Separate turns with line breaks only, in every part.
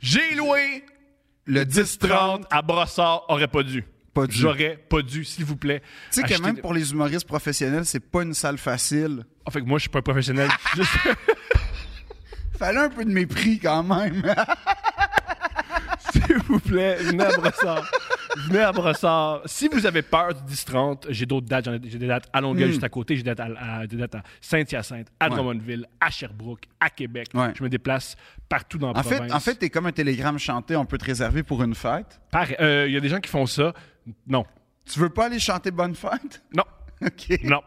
J'ai loué le 10-30 à Brossard, aurait pas dû.
Pas dû.
J'aurais pas dû, s'il vous plaît.
Tu sais que
acheter
même
de-
pour les humoristes professionnels, c'est pas une salle facile.
Ah, fait que moi, je suis pas un professionnel. Juste-
Fallait un peu de mépris quand même.
S'il vous plaît, venez à Brossard. venez à Brossard. Si vous avez peur du 10-30, j'ai d'autres dates. J'en ai- J'ai des dates à
Hmm.
Longueuil, juste à côté. J'ai des dates à, à- des dates à Saint-Hyacinthe, à Drummondville, à Sherbrooke, à Québec.
Ouais.
Je me déplace partout dans la
En
province.
fait, en fait, t'es comme un télégramme chanté, on peut te réserver pour une fête.
Pareil. Euh, Il y a des gens qui font ça. Non.
Tu veux pas aller chanter bonne fête?
Non.
OK.
Non.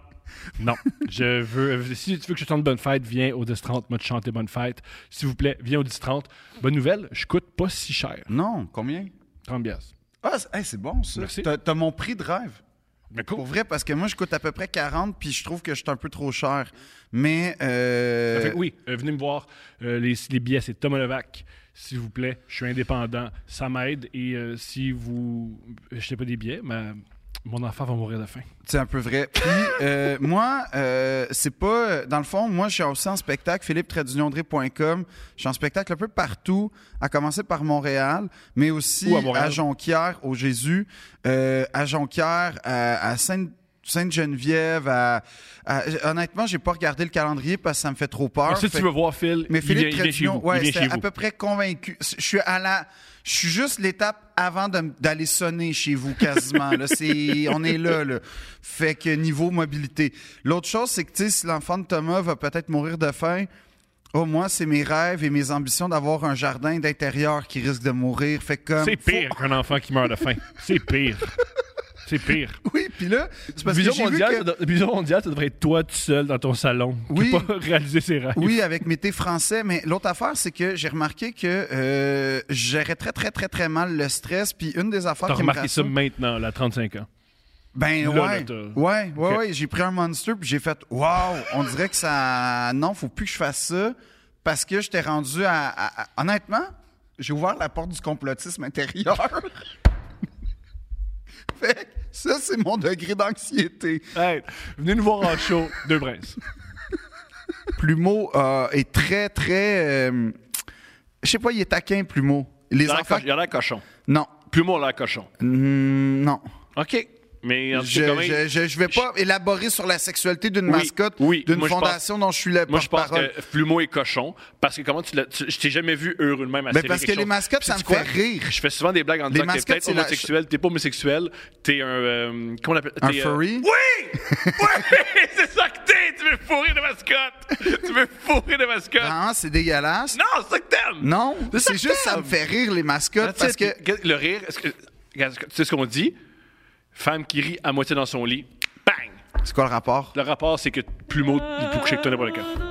Non. Je veux. Si tu veux que je chante Bonne Fête, viens au 10-30. Moi, te chanter Bonne Fête. S'il vous plaît, viens au 10-30. Bonne nouvelle, je coûte pas si cher.
Non, combien?
30 piastres.
Ah, c'est hey, c'est bon ça.
Merci.
T'as t'as mon prix de rêve.
Mais cool.
Pour vrai, parce que moi, je coûte à peu près 40, puis je trouve que je suis un peu trop cher. Mais. euh,
Fait que oui, euh, venez me voir. Euh, les, les billets, c'est Thomas Levac. S'il vous plaît, je suis indépendant. Ça m'aide. Et euh, si vous. euh, Je sais pas des billets, mais mon enfant va mourir de faim.
C'est un peu vrai. Puis euh, moi, euh, c'est pas. euh, Dans le fond, moi, je suis aussi en spectacle, philippe-dundré.com. Je suis en spectacle un peu partout, à commencer par Montréal, mais aussi
Où à
à,
Montréal?
Jonquière, au Jésus, euh, à Jonquière, à, à Sainte- Sainte-Geneviève, à, à- Honnêtement, j'ai pas regardé le calendrier parce que ça me fait trop peur.
si
Fait
tu veux voir Phil,
mais
il vient,
Philippe
il vient chez
Trétignon,
vous.
ouais,
il vient
j'étais
chez
à
vous.
peu près convaincu. Je suis à la, je suis juste l'étape avant de, m- d'aller sonner chez vous quasiment. là. C'est, on est là, là. Fait que niveau mobilité. L'autre chose, c'est que tu sais, si l'enfant de Thomas va peut-être mourir de faim. Oh, moi, c'est mes rêves et mes ambitions d'avoir un jardin d'intérieur qui risque de mourir. Fait que comme.
C'est
faut-
pire qu'un enfant qui meurt de faim. C'est pire. C'est pire.
Oui, puis là, c'est parce que
Vision
j'ai vu
mondiale,
que-
ça doit- Vision mondiale, ça devrait être toi tout seul dans ton salon.
Oui.
Qui peut pas réaliser ses rêves.
Oui, avec mes thés français. Mais l'autre affaire, c'est que j'ai remarqué que euh, je gérais très, très, très, très mal le stress. Puis une des affaires
T'as
qui me
remarqué ça
rassure-
maintenant, là, 35 ans.
Ben
Là, là,
ouais.
t'as-
ouais, ouais,
Ok.
ouais. J'ai pris un monster puis j'ai fait Waouh, on dirait que ça. Non, faut plus que je fasse ça parce que j'étais rendu à. à- à- Honnêtement, j'ai ouvert la porte du complotisme intérieur. fait que ça, c'est mon degré d'anxiété.
Hey, venez nous voir en show, Deux Princes.
Plumeau euh, est très, très. euh, Je sais pas, il est taquin, Plumeau. Les
Il a l'air
enfants.
coch- il a l'air cochon.
Non.
Plumeau a l'air cochon.
Hmm, non.
OK. Mais en tout cas,
Je,
quand même,
je, je, je vais pas élaborer sur la sexualité d'une
Oui,
mascotte,
oui.
d'une
Moi, je pense-
fondation dont je suis le
moi, je pense
porte-parole.
que Plumeau est cochon. Parce que comment tu l'as. tu- Je t'ai jamais vu heureux de même à
Ben,
serrer
parce que
quelque
les
chose.
mascottes,
Puis
ça
sais-tu
me
quoi?
fait rire.
Je fais souvent des blagues en disant que t'es
mascottes,
peut-être
c'est la-
homosexuel, t'es pas homosexuel, t'es un. euh, comment on appelle
Un
t'es, euh,
furry?
Oui! Oui! C'est ça que t'es! Tu veux fourrer de mascotte! Tu veux fourrer de mascotte!
Vraiment, hein, c'est dégueulasse.
Non, c'est ça que t'aimes!
Non, c'est
que
juste ça me
t'aimes.
fait rire les mascottes parce que
Puis, Le rire, est-ce que- regarde, tu sais ce qu'on dit? Femme qui rit à moitié dans son lit, bang!
c'est quoi le rapport
Le rapport, c'est que Plumeau, il peut coucher avec toi n'importe quand.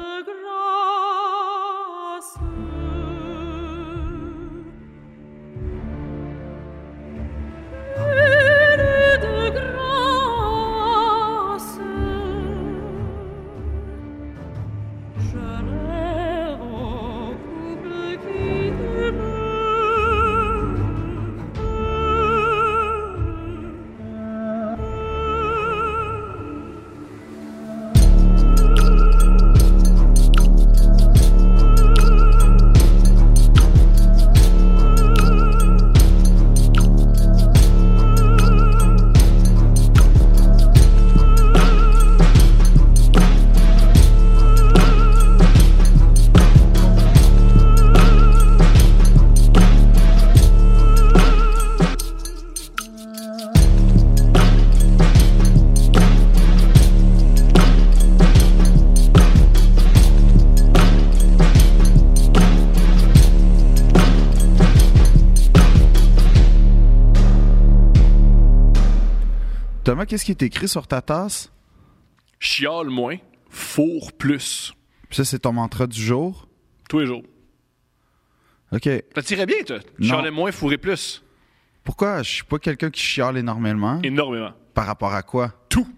Thomas, qu'est-ce qui est écrit sur ta tasse
Chiale moins, fourre plus.
Puis Ça c'est ton mantra du jour.
Tous les jours.
OK.
Ça tirait bien, toi.
Non.
Chiale moins, fourrer plus.
Pourquoi je suis pas quelqu'un qui chiale énormément
Énormément.
par rapport à quoi
Tout.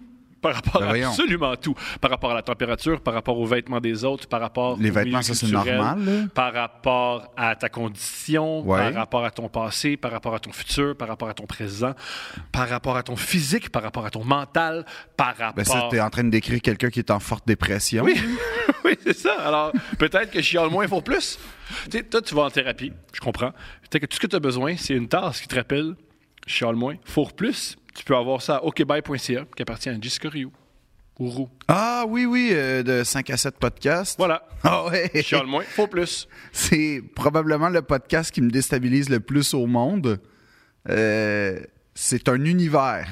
par rapport
Ben
à
voyons.
absolument tout. Par rapport à la température, par rapport aux vêtements des autres, par rapport
Les
au
vêtements,
milieu
ça, c'est
culturel,
normal, là.
Par rapport à ta condition,
Ouais.
par rapport à ton passé, par rapport à ton futur, par rapport à ton présent, par rapport à ton physique, par rapport à ton mental, par rapport...
Ben ça, t'es en train de décrire quelqu'un qui est en forte dépression.
Bah. Oui, oui c'est ça. Alors, peut-être que chiale moins pour plus. Tu sais, toi, tu vas en thérapie, je comprends. Peut-être que tout ce que tu as besoin, c'est une tasse qui te rappelle chiale moins, fourre plus. Tu peux avoir ça à okbay.ca, qui appartient à Jessica Ryu. Ou Roux.
Ah oui, oui, euh, de 5 à 7 podcast.
Voilà.
Ah ouais.
Chiale moins, fourre plus.
C'est probablement le podcast qui me déstabilise le plus au monde. Euh, c'est un univers.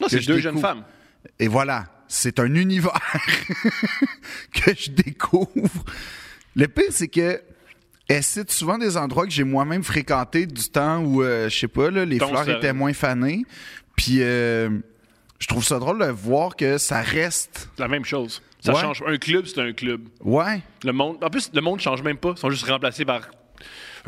Non,
que
c'est
je
deux
découvre.
jeunes femmes.
Et voilà, c'est un univers que je découvre. Le pire, c'est que elle cite souvent des endroits que j'ai moi-même fréquenté du temps où, euh, je sais pas, là, les
Ton
fleurs
seul.
étaient moins fanées. Puis euh, je trouve ça drôle de voir que ça reste.
C'est la même chose. Ça
Ouais.
change. Un club, c'est un club.
Ouais.
Le monde. En plus, le monde change même pas. Ils sont juste remplacés par.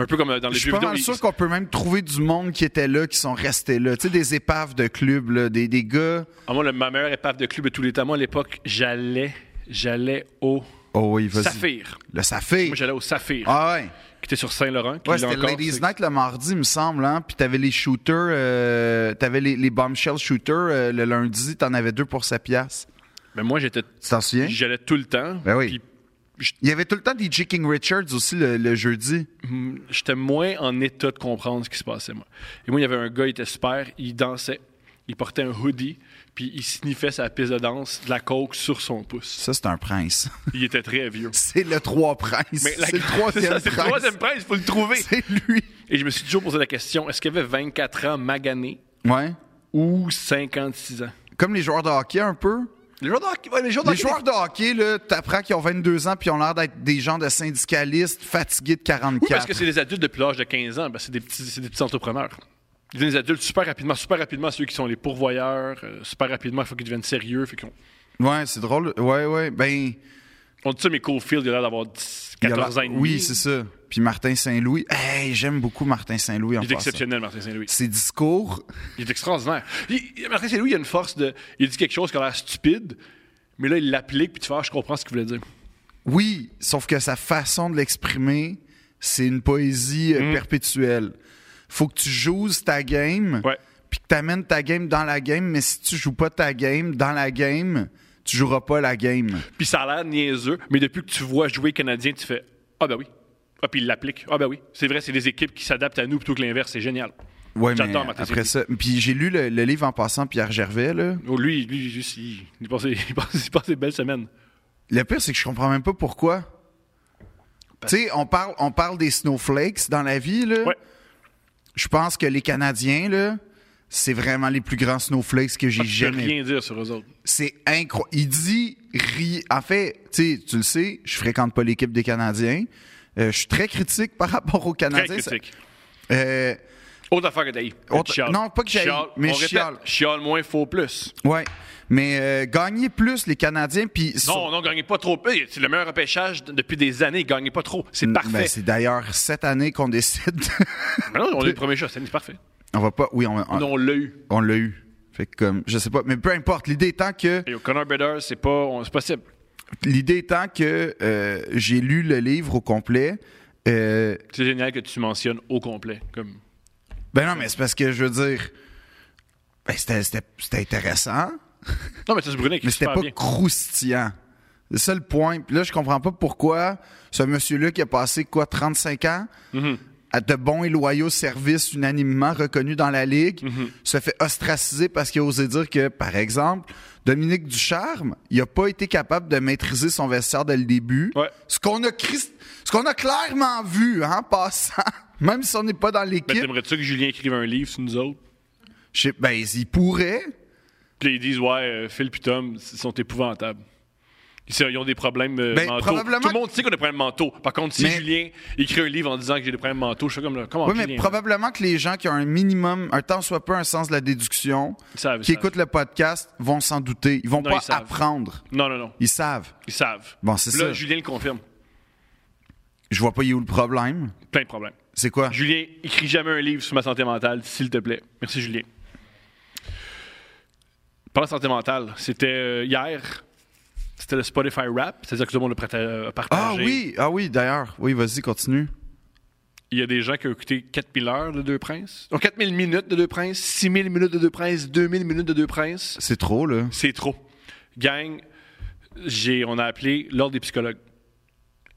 Un peu comme euh, dans les
Je suis
jeux
pas
vidéo.
mal
ils-
sûr qu'on peut même trouver du monde qui était là, qui sont restés là. Tu sais, des épaves de clubs, là, des, des gars.
Ah, moi, le, ma meilleure épave de club de tous les temps, moi, à l'époque, j'allais. J'allais au
Oh oui, vas-y.
Saphir.
Le Saphir.
Moi, j'allais au Saphir,
Ah ouais.
qui était sur Saint-Laurent. qui
Ouais,
l'a
c'était
encore,
Ladies
c'est-
Night le mardi, me semble, hein. Puis t'avais les shooters, euh, t'avais les, les bombshell shooters euh, le lundi, t'en avais deux pour sa pièce.
Mais moi, j'étais.
Tu t'en souviens?
J'allais tout le temps.
Hein? Ben oui.
Puis,
Il y avait tout le temps DJ King Richards aussi le, le jeudi.
hum, j'étais moins en état de comprendre ce qui se passait, moi. Et moi, il y avait un gars, il était super, il dansait, il portait un hoodie, puis il sniffait sa piste de danse, de la coke sur son pouce.
Ça, c'est un prince.
Il était très vieux.
C'est le trois princes.
Mais la-
C'est le troisième
ça, c'est le troisième prince, il
prince.
faut le trouver.
C'est lui.
Et je me suis toujours posé la question, est-ce qu'il avait 24 ans magané
Ouais.
ou 56 ans?
Comme les joueurs de hockey un peu.
Les joueurs de hockey, ouais, les joueurs de
Les
hockey-
joueurs de hockey, là, t'apprends qu'ils ont 22 ans puis ils ont l'air d'être des gens de syndicalistes fatigués de 44.
Oui, parce que c'est des adultes depuis l'âge de 15 ans. Ben, c'est des petits, c'est des petits entrepreneurs. Ils deviennent des adultes super rapidement. Super rapidement, ceux qui sont les pourvoyeurs. euh, super rapidement, il faut qu'ils deviennent sérieux. Fait qu'on,
Ouais, c'est drôle. Ouais, ouais. Ben,
on dit ça, mais Caulfield, il a l'air d'avoir 10,
il y a
14 ans
la-
et demi.
Oui, c'est ça. Puis Martin Saint-Louis. Hey, j'aime beaucoup Martin Saint-Louis en
Il est
passant.
exceptionnel, Martin Saint-Louis.
Ses discours.
Il est extraordinaire. Il- il- Martin Saint-Louis, il a une force de. Il dit quelque chose qui a l'air stupide, mais là, il l'applique, puis tu fais, ah, je comprends ce qu'il voulait dire.
Oui, sauf que sa façon de l'exprimer, c'est une poésie
Mm.
euh, perpétuelle. Faut que tu joues ta game,
Ouais.
puis que tu amènes ta game dans la game, mais si tu joues pas ta game dans la game, tu joueras pas la game.
Puis ça a l'air niaiseux, mais depuis que tu vois jouer Canadien, tu fais, ah, ben oui. Ah, puis il l'applique. Ah, ben oui. C'est vrai, c'est des équipes qui s'adaptent à nous plutôt que l'inverse. C'est génial.
Ouais, mais
J'adore Martin
après ça. Puis j'ai lu le, le livre en passant Pierre Gervais, là.
Oh, lui, lui, juste, il, il passait, il, passait, il passait une belle semaine.
Le pire, c'est que je comprends même pas pourquoi. Tu sais, on parle, on parle des snowflakes dans la vie, là.
Ouais.
Je pense que les Canadiens, là, c'est vraiment les plus grands snowflakes que j'ai
Ah, Je peux
jamais
rien dire sur eux autres.
C'est incroyable. Il dit ri. En fait, tu sais, tu le sais, je fréquente pas l'équipe des Canadiens. Euh, je suis très critique par rapport aux
Très
Canadiens.
critique.
Ça- euh,
Autre affaire que d'Aïe.
Autre- non, pas que j'haïs, mais
on
je
répète,
chiale.
Chiale moins, faut plus.
ouais. Mais euh, gagner plus les Canadiens, puis
Non, non, gagnez pas trop. peu. C'est le meilleur repêchage de- depuis des années. Gagnez pas trop. C'est parfait.
Ben, c'est d'ailleurs cette année qu'on décide.
Mais non, on est le premier chat. C'est parfait.
on va pas. Oui, on, on,
Non, on l'a eu.
on l'a eu. Fait que comme, je sais pas, mais peu importe. L'idée étant que,
Et au Connor Bedard, c'est pas on- c'est possible.
l'idée étant que euh, j'ai lu le livre au complet. Euh,
C'est génial que tu mentionnes au complet. Comme...
ben non, mais c'est parce que je veux dire, ben, c'était- c'était c'était intéressant.
Non, mais ça, c'est Brunet qui
Mais
est
c'était
super
pas
bien.
croustillant. C'est ça le point. Puis là, je comprends pas pourquoi ce monsieur-là qui a passé quoi, 35 ans
Mhm.
à de bons et loyaux services unanimement reconnus dans la Ligue,
Mhm.
se fait ostraciser parce qu'il a osé dire que, par exemple, Dominique Ducharme, il a pas été capable de maîtriser son vestiaire dès le début.
Ouais.
Ce qu'on a, crist- ce qu'on a clairement vu hein, en passant, même si on n'est pas dans
Mais
l'équipe,
t'aimerais-tu que Julien écrive un livre sur nous autres?
je sais- ben, il pourrait.
Puis là, ils disent, ouais, euh, Phil puis Tom, ils sont épouvantables. Ils, sont- ils ont des problèmes euh,
Ben,
mentaux.
probablement-
Tout le monde sait qu'on a des problèmes mentaux. Par contre, si
Mais-
Julien écrit un livre en disant que j'ai des problèmes mentaux, je suis comme, là, comment
Oui,
Julien,
mais
là?
probablement que les gens qui ont un minimum, un temps soit peu, un sens de la déduction,
Ils savent, ils
qui
savent.
écoutent le podcast, vont s'en douter. Ils vont
Ah, Non,
pas
ils savent.
apprendre.
Non, non, non.
Ils savent.
Ils savent.
Bon, c'est
là,
ça.
Julien le confirme.
Je vois pas y est où le problème.
Plein de problèmes.
C'est quoi?
Julien, écris jamais un livre sur ma santé mentale, s'il te plaît. Merci, Julien. Parlant de santé mentale, c'était euh, hier, c'était le Spotify Rap, c'est-à-dire que tout le monde a parta- a partagé.
Ah oui, ah oui, d'ailleurs. Oui, vas-y, continue.
Il y a des gens qui ont écouté 4000 heures de Deux Princes, non, 4000 minutes de Deux Princes, 6000 minutes de Deux Princes, 2000 minutes de Deux Princes.
C'est trop, là.
C'est trop. Gang, j'ai, on a appelé l'ordre des psychologues.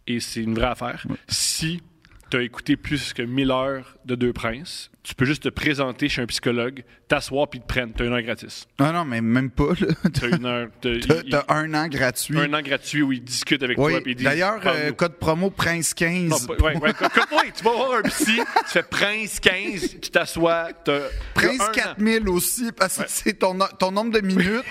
Et c'est une vraie affaire. Si tu as écouté plus que 1000 heures de Deux Princes, tu peux juste te présenter chez un psychologue, t'asseoir puis te prendre. Tu as une heure gratis.
Ah non, mais même pas, là.
Tu une heure. t'as-
T'as
il-
t'as un an gratuit.
un an gratuit où il discute avec
Oui,
toi. puis il dit,
d'ailleurs,
parle-nous.
euh, code promo Prince15.
Non, pas- ouais, ouais, comme, comme- ouais, tu vas voir un psy, tu fais Prince 15, tu t'assois, t'as. t'as
Prince
un an.
4000 aussi, parce que c'est ton, ton nombre de minutes.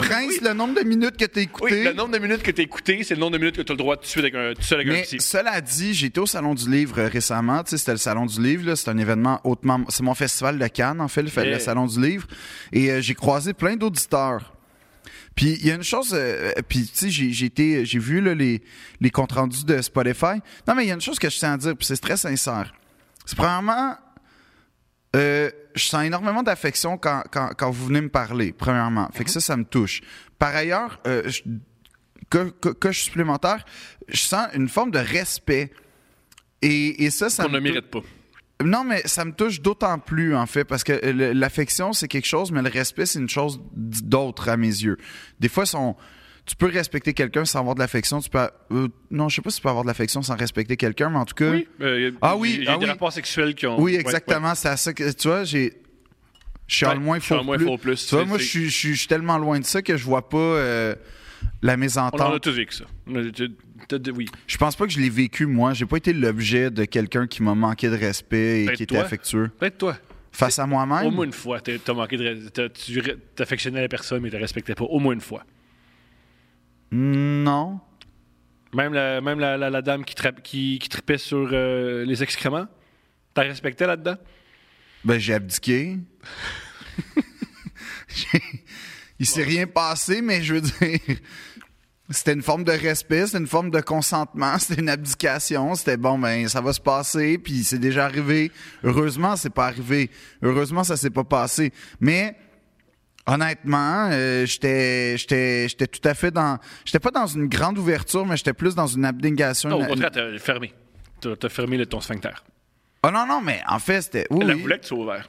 Prince, le nombre de minutes que t'as écouté.
Oui, le nombre de minutes que t'as écouté, c'est le nombre de minutes que t'as le droit de suite avec un, tout seul avec un
Mais
psy.
cela dit, j'étais au Salon du Livre euh, récemment. Tu sais, c'était le Salon du Livre. là. C'est un événement hautement. C'est mon festival de Cannes, en fait, le, fa-
Yeah.
le Salon du Livre. Et euh, j'ai croisé plein d'auditeurs. Puis il y a une chose, euh, euh, puis tu sais, j'ai, j'ai été- j'ai vu là, les, les comptes rendus de Spotify. Non, mais il y a une chose que je tiens à dire, puis c'est très sincère. C'est premièrement, euh, je sens énormément d'affection quand, quand, quand vous venez me parler, premièrement.
Mhm.
Fait que ça, ça me touche. Par ailleurs, euh, je- co- co- coche supplémentaire, je sens une forme de respect. Et, et ça, ça
On ne le
me tou-
mérite pas.
non, mais ça me touche d'autant plus, en fait, parce que euh, le- l'affection, c'est quelque chose, mais le respect, c'est une chose d- d'autre à mes yeux. Des fois, sont- tu peux respecter quelqu'un sans avoir de l'affection. Tu peux... a- euh, non, je sais pas si tu peux avoir de l'affection sans respecter quelqu'un, mais en tout cas...
Oui. euh, y a-
Ah oui,
Il y a
ah
des
oui.
rapports sexuels qui ont.
Oui,
ouais,
exactement. C'est à ça que, tu vois, j'ai... Je suis en
Ouais,
moins
je suis en
faux
moins
plus.
faux plus,
Tu vois,
c'est-
moi, je
c'est-
suis- je suis je suis tellement loin de ça que je vois pas euh, la
ouais.
mésentente.
On en a tous vécu ça. Mais tu- t'as dit- Oui.
Je pense pas que je l'ai vécu, moi. J'ai pas été l'objet de quelqu'un qui m'a manqué de respect et
Ben,
qui
toi.
était affectueux.
Peut-être toi.
Face à
Au
moi-même...
moins une fois, t'as t'as manqué de. res- t'as- Tu re- t'affectionnais la personne, mais tu respectais pas. Au moins une fois.
Non.
Même la, même la, la- la dame qui, tra- qui, qui tripait sur euh, les excréments, t'as respecté là-dedans?
Ben, j'ai abdiqué. J'ai- Il s'est rien passé, mais je veux dire, c'était une forme de respect, c'était une forme de consentement, c'était une abdication, c'était bon, ben, ça va se passer, puis c'est déjà arrivé. Heureusement, c'est pas arrivé. Heureusement, ça s'est pas passé. Mais, honnêtement, euh, j'étais, j'étais, j'étais tout à fait dans, j'étais pas dans une grande ouverture, mais j'étais plus dans une abnégation.
Non, au
une-
contraire, t'as fermé. T'as t'as fermé le- ton sphincter.
Ah non, non, mais en fait, c'était, oui,
Elle
oui.
voulait que tu sois ouvert.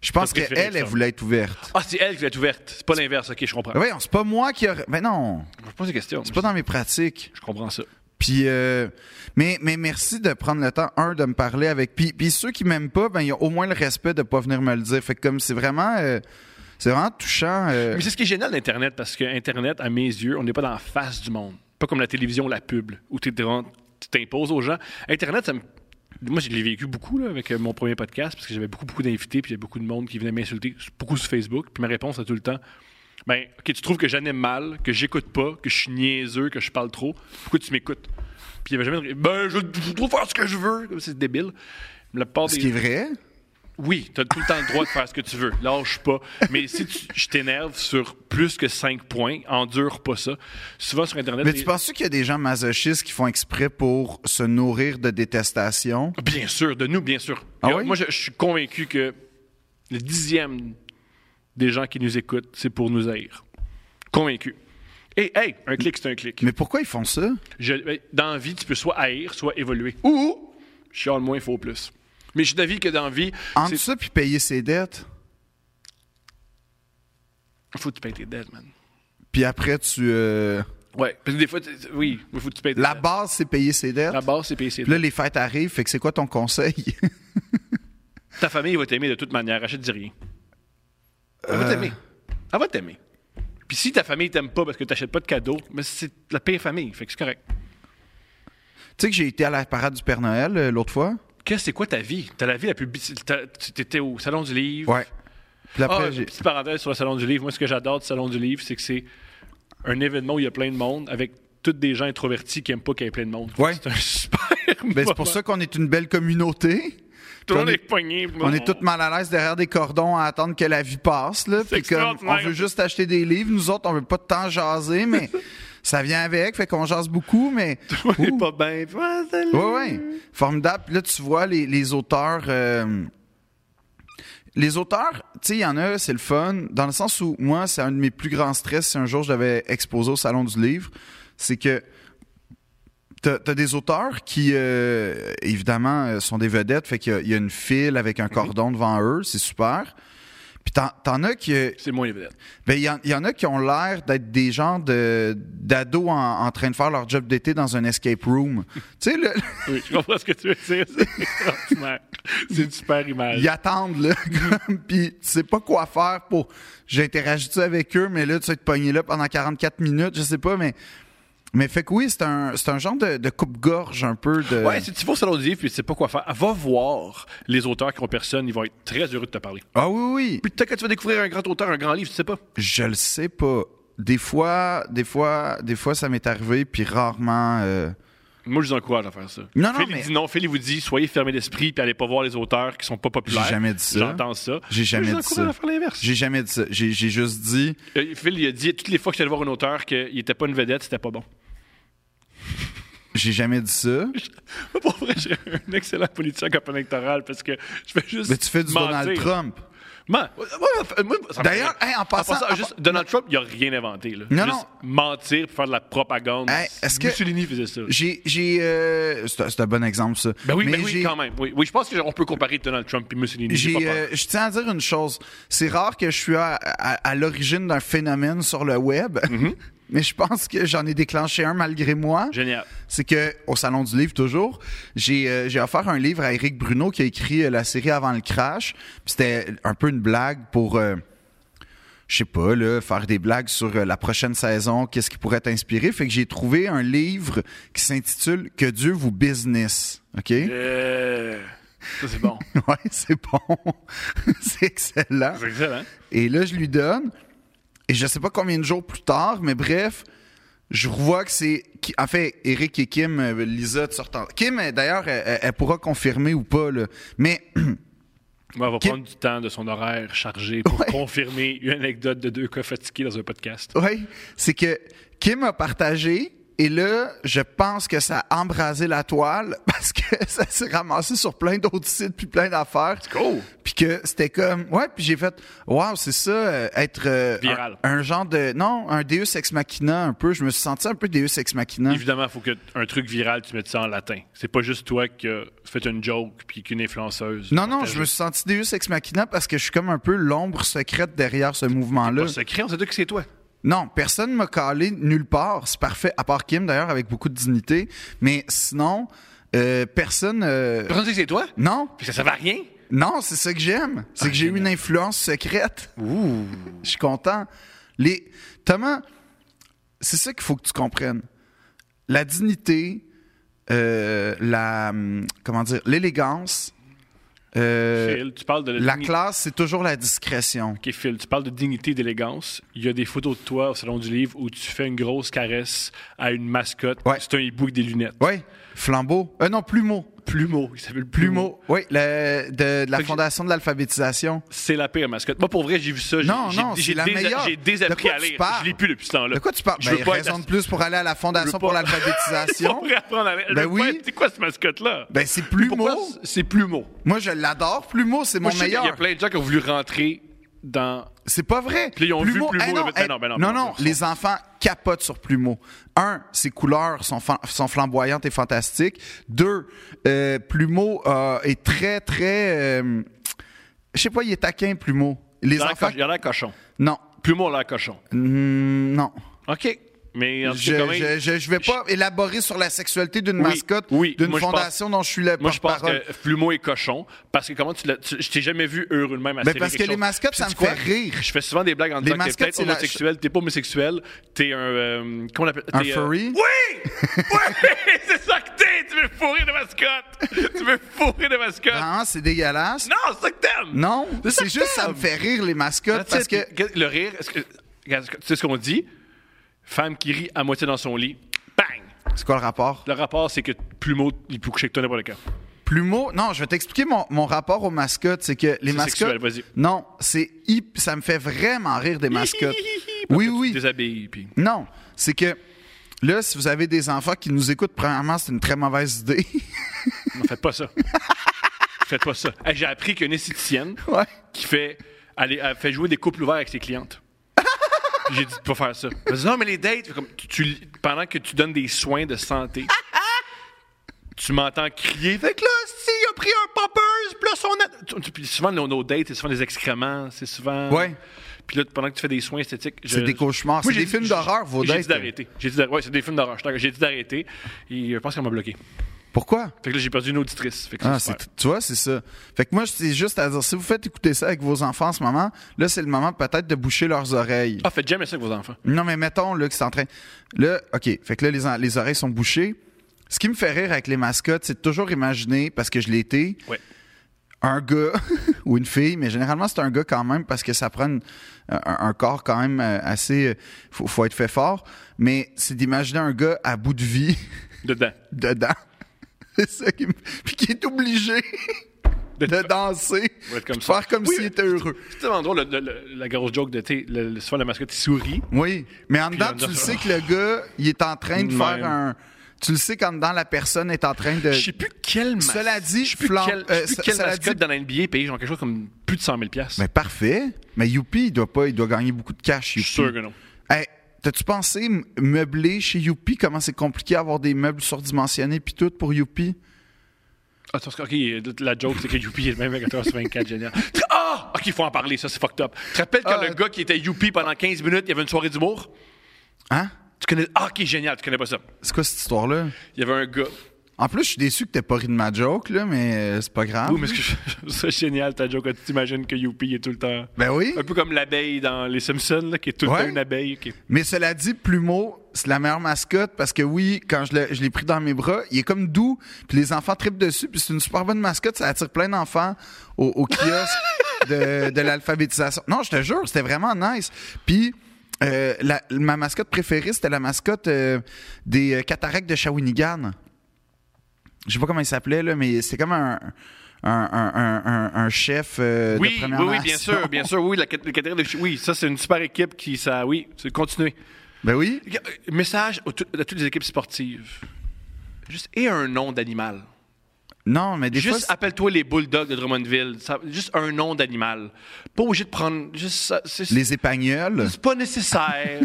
je pense
t'as
qu'elle,
préféré
elle,
ça.
elle voulait être ouverte.
Ah, c'est elle qui est ouverte. C'est pas l'inverse, ok, je comprends.
Ben voyons, c'est pas moi qui aurais. Mais non,
Je pose des questions.
c'est pas dans mes pratiques.
Je comprends ça.
Puis, euh, mais, mais merci de prendre le temps, un, de me parler avec. Puis, puis ceux qui m'aiment pas, ben, ils ont au moins le respect de pas venir me le dire. Fait que comme c'est vraiment, euh, c'est vraiment touchant. euh,
Mais c'est ce qui est génial d'Internet, parce que Internet, à mes yeux, on n'est pas dans la face du monde. Pas comme la télévision, la pub, où t'es devant- tu t'imposes aux gens. Internet, ça me. Moi, je l'ai vécu beaucoup là, avec euh, mon premier podcast, parce que j'avais beaucoup, beaucoup d'invités, puis il y avait beaucoup de monde qui venait m'insulter, beaucoup sur Facebook. Puis ma réponse, c'était tout le temps Ben, OK, tu trouves que j'anime mal, que j'écoute pas, que je suis niaiseux, que je parle trop. Pourquoi tu m'écoutes Puis il n'y avait jamais de. Ben, je, je dois faire ce que je veux. Comme C'est débile. La plupart
ce
des-
qui est vrai.
Oui, tu as tout le temps le droit de faire ce que tu veux. Lâche pas. Mais si tu, je t'énerve sur plus que 5 points, endure pas ça. Souvent sur Internet.
Mais
les-
tu penses qu'il y a des gens masochistes qui font exprès pour se nourrir de détestation?
Bien sûr, de nous, bien sûr.
Ah
Et, euh,
oui?
Moi, je, je suis convaincu que le dixième des gens qui nous écoutent, c'est pour nous haïr. Convaincu. Et hey, un clic, c'est un clic.
Mais pourquoi ils font ça?
Je- ben, dans la vie, tu peux soit haïr, soit évoluer. Ou, je le moins, il faut plus. Mais je suis d'avis que dans la vie,
Entre
c'est-
ça puis payer ses dettes,
faut que tu payes tes dettes, man.
puis après tu, euh,
Ouais, parce que des fois, tu- oui, il faut que tu payes tes
la
dettes.
base c'est payer ses dettes.
Euh, La base, c'est payer ses
Puis là les fêtes arrivent, fait que c'est quoi ton conseil?
Ta famille va t'aimer de toute manière. Achète, dis rien. Elle va t'aimer. Elle va t'aimer. Puis si ta famille t'aime pas parce que t'achètes pas de cadeaux, mais c'est la pire famille. Fait que c'est correct.
Tu sais que j'ai été à la parade du Père Noël euh, l'autre fois?
Qu'est-ce que c'est quoi ta vie? T'as la vie la plus. bi- t'as- T'étais au Salon du Livre.
Ouais. Puis
Ah,
après,
une
j'ai.
petite parenthèse sur le Salon du Livre. Moi, ce que j'adore du Salon du Livre, c'est que c'est un événement où il y a plein de monde avec toutes des gens introvertis qui aiment pas qu'il y ait plein de monde.
Ouais.
C'est un super.
Ben, c'est pour ça qu'on est une belle communauté.
Tout le monde
qu'on
est
est-
pogné.
On est tous mal à l'aise derrière des cordons à attendre que la vie passe. Là, puis comme on
extraordinaire.
veut juste acheter des livres. Nous autres, on veut pas de temps jaser, mais ça vient avec. Fait qu'on jase beaucoup, mais.
On est pas bien. Puis, ah, salut.
Ouais, ouais. Formidable. Puis là, tu vois les, les auteurs. euh, les auteurs, tu sais, il y en a, c'est le fun, dans le sens où moi, c'est un de mes plus grands stress si un jour je l'avais exposé au Salon du Livre, c'est que t'as as des auteurs qui, euh, évidemment, euh, sont des vedettes, fait qu'il y a- il y, a une file avec un cordon devant eux, c'est super. Puis t'en- t'en as qui, euh,
C'est moins les vedettes.
ben, il y, en- il y en a qui ont l'air d'être des gens de- d'ados en, en train de faire leur job d'été dans un escape room. Tu sais, le-
Oui, je comprends ce que tu veux dire. C'est extraordinaire. C'est une super image.
ils attendent, là, comme, puis tu sais pas quoi faire pour... J'interagis-tu avec eux, mais là, tu vas te pogner là pendant 44 minutes, je sais pas, mais... Mais fait que oui, c'est un, c'est un genre de, de coupe-gorge un peu de...
Ouais, si tu vas au salon du livre puis tu sais pas quoi faire, va voir les auteurs qui ont personne, ils vont être très heureux de te parler.
ah oui, oui,
Puis peut-être que tu vas découvrir un grand auteur, un grand livre, tu sais pas.
je le sais pas. Des fois, des fois, des fois, ça m'est arrivé, puis rarement... euh,
Moi, je vous encourage à faire ça.
Non, non,
Phil, il
mais-
dit non. Phil, il vous dit soyez fermé d'esprit puis allez pas voir les auteurs qui sont pas populaires.
J'ai jamais dit ça.
J'entends ça.
J'ai jamais
Moi,
dit
Je vous encourage
ça.
à faire l'inverse.
J'ai jamais dit ça. J'ai j'ai juste dit...
Euh, Phil, il a dit toutes les fois que j'étais allé voir un auteur qu'il était pas une vedette, c'était pas bon.
J'ai jamais dit ça.
Pour vrai, je serais un excellent politicien campagne électorale parce que je fais juste.
Mais tu fais du
mentir.
Donald Trump.
Man, moi, moi, moi, ça me
D'ailleurs,
fait-
hey, en passant- en
ben, juste,
pa-
Donald Trump, il a rien inventé. Là.
Non,
juste
non.
mentir pour faire de la propagande.
Hey, est-ce que-
Mussolini faisait ça.
J'ai. j'ai euh, c'est un- c'est un bon exemple, ça.
Ben oui,
Mais
ben oui,
j'ai-
quand même. Oui, oui je pense qu'on peut comparer Donald Trump et Mussolini. j'ai
j'ai,
pas peur.
euh, je tiens à dire une chose. C'est rare que je suis à, à- à l'origine d'un phénomène sur le web,
Mhm.
mais je pense que j'en ai déclenché un malgré moi.
Génial.
C'est que au salon du livre toujours, j'ai euh, j'ai offert un livre à Éric Bruno qui a écrit euh, la série avant le crash. Puis C'était un peu une blague pour euh, je sais pas là, faire des blagues sur euh, la prochaine saison, qu'est-ce qui pourrait t'inspirer. Fait que j'ai trouvé un livre qui s'intitule Que Dieu vous business. OK
Euh, Ça, c'est bon.
Ouais, c'est bon. c'est excellent.
c'est excellent. hein?
Et là, je lui donne. Et je sais pas combien de jours plus tard, mais bref, je revois que c'est. qui- En fait, Eric et Kim, euh, Lisa de sortant. Kim, euh, d'ailleurs, elle, elle- elle pourra confirmer ou pas, là. Mais
Ouais, Ben, on va
Qui-
prendre du temps de son horaire chargé pour
Ouais.
confirmer une anecdote de deux cas fatigués dans un podcast.
oui, c'est que Kim a partagé. Et là, je pense que ça a embrasé la toile parce que ça s'est ramassé sur plein d'autres sites puis plein d'affaires.
Go!
Puis que c'était comme ouais, puis j'ai fait waouh, c'est ça euh, être euh,
Viral.
Un, un genre de non, un Deus ex machina un peu, je me suis senti un peu Deus ex machina.
Évidemment, il faut que t- un truc viral, tu mettes ça en latin. C'est pas juste toi qui as fait une joke puis qu'une influenceuse.
Non non, je me suis senti Deus ex machina parce que je suis comme un peu l'ombre secrète derrière ce mouvement là.
Pas secret, on sait tous que c'est toi.
Non, personne m'a calé nulle part, c'est parfait à part Kim d'ailleurs avec beaucoup de dignité, mais sinon euh, personne euh,
Personne sait que c'est toi.
non,
Puis ça ne va à rien.
non, c'est ça que j'aime,
Ah,
c'est que j'ai eu une influence secrète.
Ouh.
Je suis content. Les... Thomas, c'est ça qu'il faut que tu comprennes. La dignité, euh, la. hum, Comment dire L'élégance, euh,
Phil, tu parles de
la
dignité-
classe, c'est toujours la discrétion.
Ok, Phil, tu parles de dignité et d'élégance. Il y a des photos de toi au Salon du Livre où tu fais une grosse caresse à une mascotte.
Ouais.
C'est un hibou avec des lunettes.
Oui, flambeau. Euh, non, plumeau.
Plumeau, il s'appelle Plumeau.
Plumeau. Oui, le- de, de la
Fait que
Fondation de l'alphabétisation.
C'est la pire mascotte. Moi, pour vrai, j'ai vu ça. j'ai-
Non,
j'ai-
non,
j'ai
c'est la
dés-
meilleure.
J'ai
De
désappris
quoi
à
tu
lire.
parles?
Je lis plus depuis ce temps-là.
De quoi tu parles
Je
Ben,
veux pas
raison
être
de plus pour aller à la Fondation
veux
pour
pas-
l'alphabétisation.
Pour réapprendre à lire. Je
Ben
veux
oui.
pas être- C'est quoi cette mascotte-là?
ben, c'est
Puis
Plumeau.
pourquoi c- C'est Plumeau.
Moi, je l'adore. Plumeau, c'est
Moi,
mon
je sais qu'il y
meilleur.
a plein de gens qui ont voulu rentrer dans.
C'est pas vrai.
Puis là, ils ont vu Plumeau,
hey,
ils
non,
ont fait,
hey,
ben non, ben non,
non,
ben non,
non,
ils
les enfants capotent sur Plumeau. Un, ses couleurs sont, fan- sont flamboyantes et fantastiques. Deux, euh, Plumeau euh, est très, très... euh, je sais pas, il est taquin, Plumeau. Les
Il a l'air
enfants...
coch- il a l'air cochon.
Non,
Plumeau a l'air cochon.
Hmm, non.
OK. Mais en tout
Je,
cas, quand même,
je, je, je vais pas élaborer sur la sexualité d'une
Oui,
mascotte,
oui,
d'une
moi, je
fondation dont je suis le
Moi, je pense
porte-parole.
que Plumeau est cochon parce que comment tu l'as. tu- Je t'ai jamais vu heureux de même à
Ben,
serrer
parce que
quelque
les
chose.
mascottes,
Puis
ça
sais-tu
me
quoi?
fait rire.
Je fais souvent des blagues en disant que
mascottes,
t'es peut-être
c'est la-
homosexuel, t'es pas homosexuel, t'es un. euh, comment on appelle
Un
t'es, euh,
furry?
Oui! Oui! C'est ça que t'es! Tu veux fourrer de mascotte! Tu veux fourrer de mascotte!
Vraiment, Ah, c'est dégueulasse.
Non, c'est ça que t'aimes!
Non, c'est
que
juste ça me
t'aimes.
fait rire, les mascottes,
That's
parce
it.
que...
Puis, Le rire, est-ce que- regarde, tu sais ce qu'on dit? Femme qui rit à moitié dans son lit, bang!
C'est quoi le rapport?
Le rapport, c'est que Plumeau, il peut coucher avec toi n'importe quand.
Plumeau, non, je vais t'expliquer mon, mon rapport aux mascottes. C'est que les
C'est
mascottes.
sexuel, vas-y.
non, c'est hip. Ça me fait vraiment rire des mascottes. oui, oui.
Déshabille, puis.
Non, c'est que là, si vous avez des enfants qui nous écoutent, premièrement, c'est une très mauvaise idée.
Non, faites pas ça. Faites pas ça. Hey, J'ai appris qu'une esthéticienne
Ouais.
qui fait, elle est- elle fait jouer des couples ouverts avec ses clientes. Puis J'ai dit de pas faire ça. Elle m'a dit, non, mais les dates, Fait comme, tu- tu- pendant que tu donnes des soins de santé, tu m'entends crier. Fait que là, si, il a pris un poppers, puis là, son. a- Tu- Puis souvent, nos, nos dates, c'est souvent des excréments, c'est souvent.
Ouais.
Puis là, pendant que tu fais des soins esthétiques. je-
C'est des cauchemars.
Moi,
C'est
j'ai
des
dit-
films d'horreur, vos
J'ai
dates.
dit d'arrêter. J'ai dit d'arrêter. Ouais, c'est des films d'horreur. je suis d'accord. J'ai dit d'arrêter. Et je pense qu'elle m'a bloqué.
Pourquoi?
Fait que là, j'ai perdu une auditrice. Fait que
Ah,
c'est super.
c'est- tu vois, c'est ça. Fait que moi, c'est juste à dire, si vous faites écouter ça avec vos enfants en ce moment, là, c'est le moment peut-être de boucher leurs oreilles.
Ah, faites jamais ça avec vos enfants.
Non, mais mettons là, que c'est en train. Là, OK. Fait que là, les, en- les oreilles sont bouchées. Ce qui me fait rire avec les mascottes, c'est de toujours imaginer, parce que je l'ai été,
Ouais.
un gars ou une fille, mais généralement, c'est un gars quand même, parce que ça prend une- un, un corps quand même euh, assez. euh, Faut, faut être fait fort. Mais c'est d'imaginer un gars à bout de vie
Dedans.
dedans. C'est ça qui me- Puis qui est obligé de danser.
Pour être comme
puis
ça.
Faire comme
Oui,
s'il était heureux.
C'est tellement drôle, le- le- la grosse joke de, tu sais, le- le- souvent la mascotte, il sourit.
Oui, mais en dedans,
en
tu le
dedans,
sais que le gars, il est en train de
Même.
faire un. Tu le sais qu'en dedans, la personne est en train de.
Je sais plus quel mascotte.
Euh, Cela dit,
je sais plus
Flan-
quel, je sais
euh,
plus
ce-
quelle
cela
mascotte
dit-
dans la NBA paye genre quelque chose comme plus de 100 000
Mais parfait. Mais Youpi, il doit pas, il doit gagner beaucoup de cash.
Je
Youpi.
suis sûr que non.
Hey, t'as-tu pensé m- meubler chez Youpi Comment c'est compliqué avoir des meubles surdimensionnés puis tout pour Youpi
Ah, parce que, ok, la joke, c'est que Youpi est le même à 14 sur 24, génial. Ah! Ok, il faut en parler, ça, c'est fucked up. Tu te rappelles quand
Ah.
le gars qui était Youpi pendant 15 minutes, il y avait une soirée d'humour?
Hein
Tu connais. Ah, ok, génial, tu connais pas ça.
C'est quoi cette histoire-là
Il y avait un gars.
En plus, je suis déçu que t'aies pas ri de ma joke là, mais euh, c'est pas grave.
Oui, mais ce que ça, génial, ta joke, quand tu t'imagines que Youpi est tout le temps.
Ben oui.
Un peu comme l'abeille dans Les Simpsons, là, qui est tout le
Ouais.
temps une abeille. Qui est-
Mais cela dit, Plumeau, c'est la meilleure mascotte parce que oui, quand je l'ai, je l'ai pris dans mes bras, il est comme doux, puis les enfants tripent dessus, puis c'est une super bonne mascotte, ça attire plein d'enfants au, au kiosque de, de l'alphabétisation. Non, je te jure, c'était vraiment nice. Puis euh, la- ma mascotte préférée, c'était la mascotte euh, des euh, cataractes de Shawinigan. Je sais pas comment il s'appelait, là, mais c'était comme un, un, un- un- un- un chef euh, de
Oui, oui,
première
oui, bien
Nation.
sûr, bien sûr, oui, la, cat- la catégorie de chi- oui, ça c'est une super équipe qui ça, oui, c'est continuez.
Ben oui.
Regarde, euh, Message à, tout- à toutes les équipes sportives. Juste et un nom d'animal.
Non, mais des fois...
Juste appelle-toi les Bulldogs de Drummondville. Ça- juste un nom d'animal. Pas obligé de prendre. Juste, ça- c'est,
Les épagnols.
c'est pas nécessaire.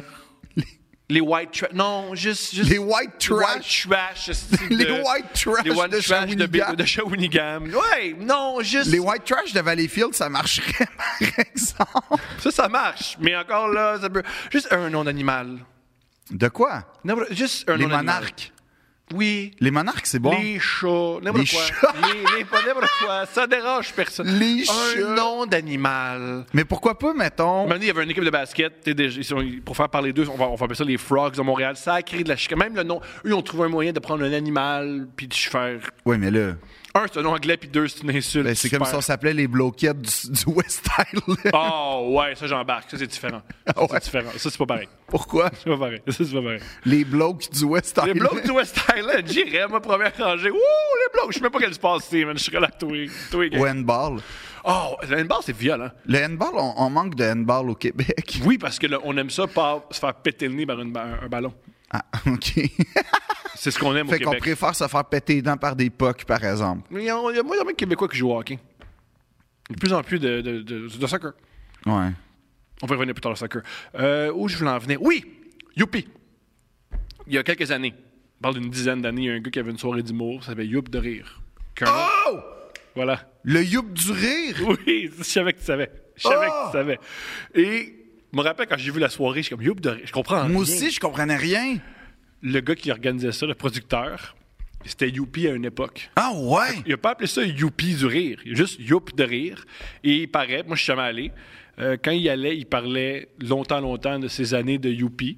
les White Trash. Non, juste, juste.
Les white
White
trash.
trash, c'est-
Les
de-
white trash
les white
de
trash de,
Shawinigan.
de Shawinigan. Ouais, non, juste.
Les white trash de Valleyfield, ça marcherait, par exemple.
Ça, ça marche. Mais encore là, ça peut. Juste un nom d'animal.
De quoi?
N'importe- Juste un
les
nom d'animal.
monarques.
Oui.
Les monarques, c'est bon.
Les chats. N'importe
Les
quoi.
chats.
Les, les pas n'importe quoi. Ça dérange personne.
Les
un
chats.
nom d'animal.
Mais pourquoi pas, mettons...
Maintenant, il y avait une équipe de basket. t'sais, des- ils sont- pour faire parler d'eux, on va, on va appeler ça les Frogs de Montréal. Ça a créé de la chicane. Même le nom. Eux, ils ont trouvé un moyen de prendre un animal puis de faire.
Oui, mais là,
Un, c'est un nom anglais, puis deux, c'est une insulte.
ben, c'est comme si
Super.
on s'appelait les bloquettes du, du West Island.
Oh, ouais, ça, j'embarque. Ça, c'est différent. Ça,
Ah ouais.
C'est différent. Ça, c'est pas pareil.
Pourquoi?
C'est pas pareil. Ça, c'est pas pareil.
Les blocs du West
Les
Island.
blocs du West Island, j'irais, moi, première rangée. Wouh, les blocs, je sais même pas quel sport c'est, man. Je serais là, toi, toi, gars.
Au handball.
Oh, le handball, c'est violent.
Le handball, on, on manque de handball au Québec.
Oui, parce que là, on aime ça pas se faire péter le nez par une ba- un, ballon.
Ah, OK.
C'est ce qu'on aime
fait
au
qu'on
Québec.
préfère se faire péter les dents par des pocs, par exemple.
Mais Il y a, il y a moins de Québécois qui jouent au hockey. De plus en plus de, de, de- de soccer.
Ouais.
On va y revenir plus tard au soccer. Euh, où je voulais en venir? Oui! Youpi! Il y a quelques années, on parle d'une dizaine d'années, il y a un gars qui avait une soirée d'humour, ça s'appelait Youp de rire. Qu'un-
Oh!
Voilà.
Le youp du rire!
Oui, je savais que tu savais. Je savais
Ah!
que tu savais. Et je me rappelle quand j'ai vu la soirée, je suis comme, youp, de- je comprends. rien.
Moi aussi, je comprenais rien.
Le gars qui organisait ça, le producteur, c'était Youpi à une époque.
Ah ouais!
Il n'a pas appelé ça Youpi du rire, il a juste Youp de rire. Et il paraît, moi je suis jamais allé, euh, quand il y allait, il parlait longtemps, longtemps de ses années de Youpi.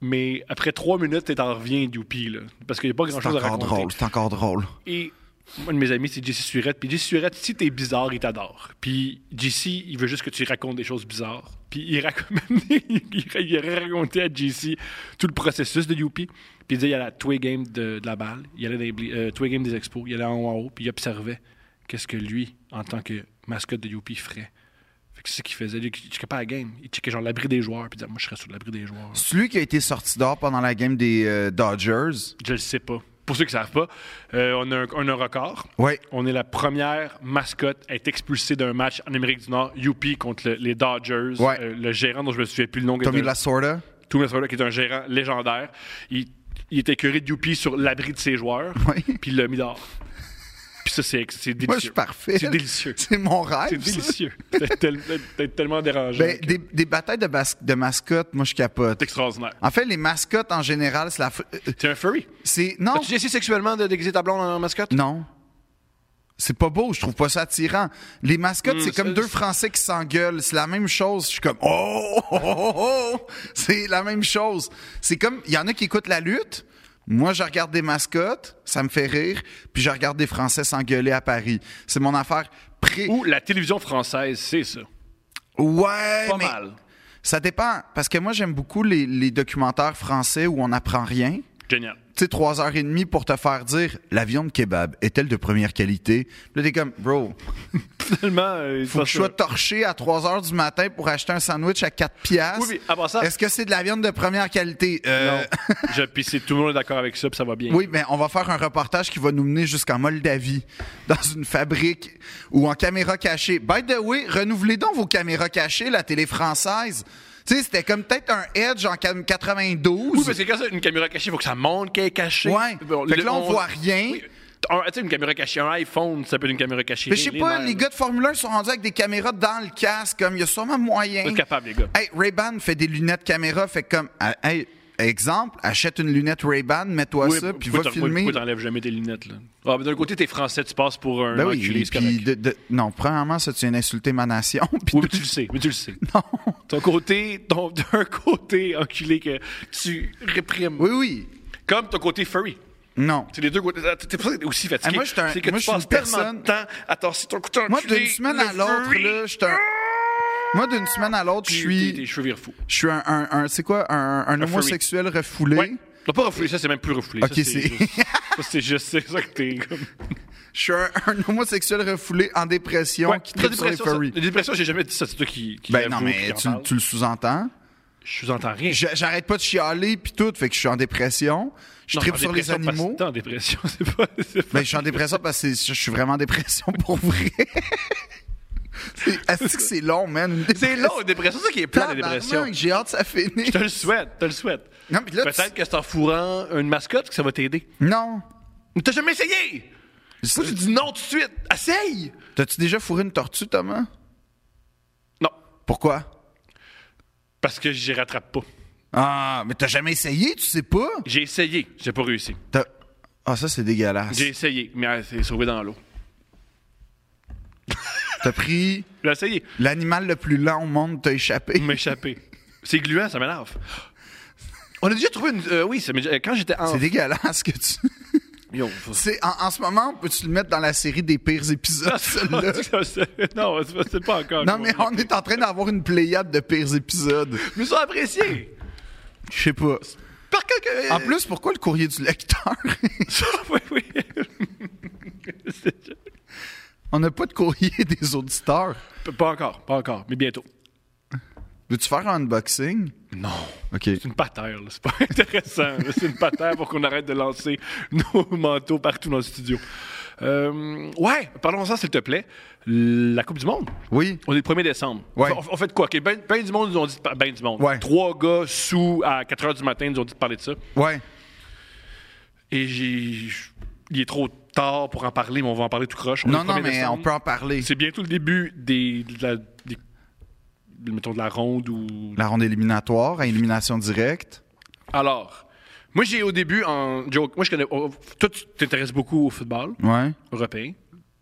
Mais après trois minutes, t'en reviens de Youpi, là. Parce qu'il n'y a pas
C'est
grand-chose à
encore
raconter.
drôle, c'est encore drôle.
Et moi, un de mes amis, c'est JC Surette. Puis JC Surette, si t'es bizarre, il t'adore. Puis JC, il veut juste que tu lui racontes des choses bizarres. Puis il raconte, il aurait raconté à JC tout le processus de Youpi. Puis il disait, il allait à tous les games de, de la balle, il allait dans les bli- euh, tous les games des expos, il allait en haut en haut, puis il observait qu'est-ce que lui, en tant que mascotte de Youpi, ferait. Fait que c'est ce qu'il faisait. Lui, il checkait pas la game. Il checkait genre l'abri des joueurs, puis il disait, moi, je serais sur l'abri des joueurs.
Celui qui a été sorti dehors pendant la game des euh, Dodgers,
Je le sais pas. Pour ceux qui ne savent pas, euh, on, a un, on a un record.
Ouais.
On est la première mascotte à être expulsée d'un match en Amérique du Nord, Youpi, contre le- les Dodgers.
Ouais.
Euh, le gérant dont je me souviens plus le nom. qui est
Tommy
un-
Lasorda.
Tommy Lasorda, qui est un gérant légendaire. Il, il était curé de Youpi sur l'abri de ses joueurs,
Ouais.
puis il l'a mis dehors. Puis ça, c'est c'est délicieux.
Moi, je suis parfait.
C'est délicieux.
C'est mon
C'est
rêve. ça.
délicieux. T'es tel- t'es tellement dérangeant.
Ben,
que
des, des batailles de, bas- de mascottes, moi, je capote.
C'est extraordinaire.
En fait, les mascottes, en général, c'est la... f- euh,
T'es un furry.
C'est... Non,
As-tu essayé sexuellement de déguiser ta blonde en mascotte?
non. C'est pas beau, je trouve pas ça attirant. Les mascottes,
Mm,
c'est
ça-
comme deux Français qui s'engueulent. C'est la même chose. Je suis comme, oh, oh, oh, oh. c'est la même chose. C'est comme, il y en a qui écoutent la lutte. Moi, je regarde des mascottes, ça me fait rire. Puis je regarde des Français s'engueuler à Paris. C'est mon affaire pré...
Ou la télévision française, c'est ça.
Ouais,
Pas
mais
mal.
Ça dépend. Parce que moi, j'aime beaucoup les, les documentaires français où on n'apprend rien.
Génial.
Tu sais, trois heures et demie pour te faire dire la viande kebab est-elle de première qualité? Puis Là, t'es comme, bro,
Tellement. euh,
faut que je sois torché à 3 heures du matin pour acheter un sandwich à 4 piastres.
Oui, mais avant ça-
Est-ce que c'est de la viande de première qualité? Euh,
Je, puis c'est- tout le monde est d'accord avec ça, puis ça va bien.
Oui, mais on va faire un reportage qui va nous mener jusqu'en Moldavie, dans une fabrique ou en caméra cachée. By the way, renouvelez donc vos caméras cachées, la télé française. Tu sais, c'était comme peut-être un Edge en cam- 92.
Oui, parce que quand c'est une caméra cachée, il faut que ça monte qu'elle est cachée.
Ouais. Fait que là, on voit rien.
Oui. Un- Tu sais, une caméra cachée, un iPhone, ça peut être une caméra cachée.
Mais je sais pas,
nerfs,
les
là.
gars de Formule 1 sont rendus avec des caméras dans le casque, comme il y a sûrement moyen.
Vous êtes capables, les gars.
Hey, Ray-Ban fait des lunettes caméra, fait comme ah, hey, exemple, achète une lunette Ray-Ban, mets-toi
Oui,
ça, puis
pourquoi
va
t'en-
filmer.
Pourquoi t'enlèves jamais tes lunettes, là? Ah, mais d'un côté, t'es français, tu passes pour un
Ben oui,
enculé, c'est
puis
correct.
de- de- non, premièrement, ça tu viens d'insulter ma nation, puis
Oui, mais tu le sais, mais tu le sais.
non.
Ton côté, ton- d'un côté enculé que tu réprimes.
Oui oui.
Comme ton côté furry.
Non.
C'est les deux côtés. C'est pour ça que t'es aussi fatigué.
Ah, moi, je suis un-
c'est que
moi,
tu
je suis
passes
une
tellement de
personne-
temps à torser ton côté
Moi
enculé,
d'une semaine à
le
l'autre
furry.
là, je suis un- Moi d'une semaine à l'autre, je
Puis T'es
suis
cheveux fou.
je suis un, un- un- c'est quoi un, un
furry.
homosexuel refoulé.
Ouais. T'as pas refoulé, ça c'est même plus refoulé.
Ok,
ça,
c'est-
juste- ça, c'est juste c'est ça que t'es comme.
Je suis un, un homosexuel refoulé en dépression qui
la
traite sur les
dépression, ça-
furries.
la dépression, j'ai jamais dit ça, c'est toi qui. qui
Ben
l'avoue,
non
qui
mais
en
tu,
parle.
tu le sous-entends.
Je vous entends rien.
J'a- J'arrête pas de chialer puis tout, fait que je suis en dépression. Je
Non,
tripe
en
sur les
dépression, parce que
animaux.
t'es en dépression, c'est pas. c'est pas-
Ben, je suis en dépression parce que c'est- je suis vraiment en dépression pour vrai. C'est- Est-ce que c'est long, man? Une
C'est
dépression.
long, la dépression, c'est ça qui est plein la
Tabarnak,
dépression.
J'ai hâte que ça finisse.
Je te le souhaite, je te le souhaite.
Non, mais là, tu-
Peut-être que c'est en fourrant une mascotte que ça va t'aider.
Non.
Mais t'as jamais essayé!
Ça,
Moi, j'ai dit non tout de suite! Essaye!
T'as-tu déjà fourré une tortue, Thomas?
Non,
Pourquoi?
parce que j'y rattrape pas.
Ah, mais t'as jamais essayé, tu sais pas?
J'ai essayé, j'ai pas réussi.
T'as- Ah, ça, c'est dégueulasse.
J'ai essayé, mais elle s'est sauvée dans l'eau.
T'as pris
J'ai essayé,
l'animal le plus lent au monde, t'as échappé.
Mm. m'échapper. C'est gluant, ça m'énerve. On a déjà trouvé une. euh, oui, ça m'est déjà- quand j'étais en.
C'est dégueulasse que tu.
Yo, faut-
C'est- En, en ce moment, peux-tu le mettre dans la série des pires épisodes, celui-là?
non, c'est pas- c'est pas encore.
Non, mais on est en train d'avoir une pléiade de pires épisodes.
Ils sont appréciés!
Je sais pas. Euh,
Par quelques. euh,
En plus, pourquoi le courrier du lecteur?
oui, oui. C'est-
On n'a pas de courrier des auditeurs.
Pas encore, pas encore, mais bientôt.
Veux-tu faire un unboxing?
Non.
OK.
C'est une patère, là. c'est pas intéressant. là. C'est une patère pour qu'on arrête de lancer nos manteaux partout dans le studio. Euh, ouais, parlons-en, s'il te plaît. La Coupe du Monde.
Oui.
On est le 1er décembre.
Ouais.
On, on fait de quoi? OK, ben, ben du monde nous ont dit de par- ben du monde.
Ouais.
Trois gars sous à 4 h du matin nous ont dit de parler de ça.
Ouais.
Et j'ai. j- Il est trop tard pour en parler, mais on va en parler tout croche. On est
Non,
le 1er
non, mais
décembre.
on peut en parler.
C'est bientôt le début des, de la, des- mettons, de la ronde ou
La ronde éliminatoire à élimination directe.
Alors, moi, j'ai au début, en joke, moi, je connais. oh, toi, tu t'intéresses beaucoup au football
Ouais.
européen.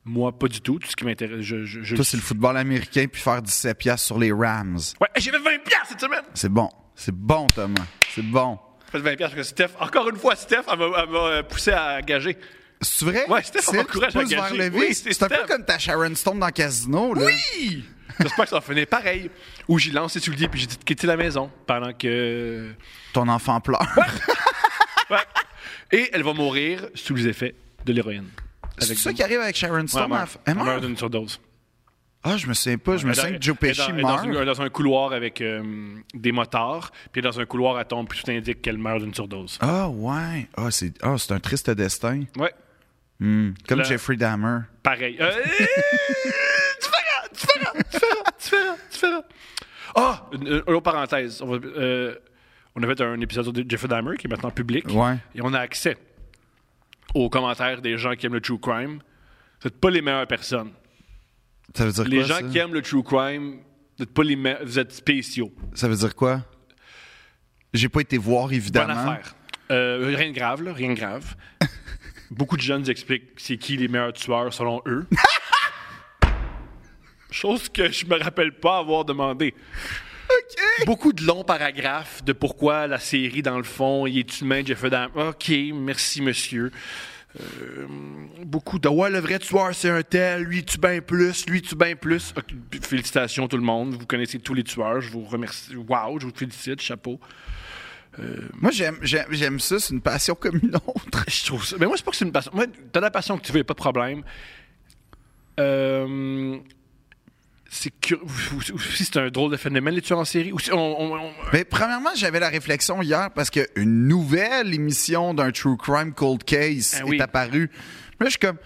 Moi, pas du tout. Tout ce qui m'intéresse, je. je, je-
Toi, c'est le football américain, puis faire 17 piastres sur les Rams.
Ouais, j'ai fait 20$ piastres cette semaine!
C'est bon. C'est bon, Thomas. C'est bon.
J'ai fait 20$ piastres parce que Steph, encore une fois, Steph, elle m'a- elle m'a euh, poussé à gager.
C'est vrai?
Ouais, Steph, on
C'est elle qui
m'encourage
pousse
à
vers
gager.
le
Oui,
vice.
c'est
C'est un peu
Steph.
comme ta Sharon Stone dans Casino, là.
Hi! J'espère que ça en finit pareil. Ou j'ai lancé sous le lit puis j'ai dit de quitter la maison pendant que.
Ton enfant pleure.
Ouais. Et elle va mourir sous les effets de l'héroïne.
C'est ça qui arrive avec Sharon Stone.
Ouais,
à la
meurt.
fin?
Elle
Elle
meurt
meurt?
d'une surdose.
Ah, je me souviens pas. Je me souviens que Joe Pesci
dans,
meurt.
Dans, une- dans un couloir avec euh, des motards, puis dans un couloir, elle tombe, puis tout indique qu'elle meurt d'une surdose.
Ah, ouais. Ah, c'est ah, c'est un triste destin.
Ouais,
Hmm. Comme
Là-
Jeffrey Dahmer.
pareil. Euh, différent, différent, différent, différent, différent. Ah, une, une autre parenthèse. On, va- euh, on a fait un épisode de Jeffrey Dahmer qui est maintenant public.
Ouais.
Et on a accès aux commentaires des gens qui aiment le true crime. Vous n'êtes pas les meilleures personnes.
Ça veut dire
Les
quoi,
gens
ça?
qui aiment le true crime, vous êtes, pas les me- vous êtes spéciaux.
Ça veut dire quoi? J'ai pas été voir,
Bonne
évidemment.
affaire. Euh, rien de grave, là, rien de grave. Beaucoup de jeunes nous expliquent c'est qui les meilleurs tueurs selon eux. Chose que je me rappelle pas avoir demandé. Beaucoup de longs paragraphes de pourquoi la série, dans le fond, il est humain, Jeffrey Dahmer. OK, merci, monsieur. Euh, beaucoup de ouais, le vrai tueur, c'est un tel, lui, tu bien plus, lui, tu bien plus. OK, Félicitations, tout le monde. Vous connaissez tous les tueurs. Je vous remercie. Wow, je vous félicite, chapeau.
Moi, j'aime, j'aime, j'aime ça, c'est une passion comme une autre.
Je trouve ça. Mais moi, c'est pas que c'est une passion. Moi, t'as la passion que tu veux, y a pas de problème. Euh, c'est cur- ou- ou- ou- si c'est un drôle de phénomène, les tueurs en série. Ou si on, on- on-
Mais Ben, premièrement, j'avais la réflexion hier parce qu'une nouvelle émission d'un True Crime Cold Case
Ah oui.
est apparue. Mais je suis comme.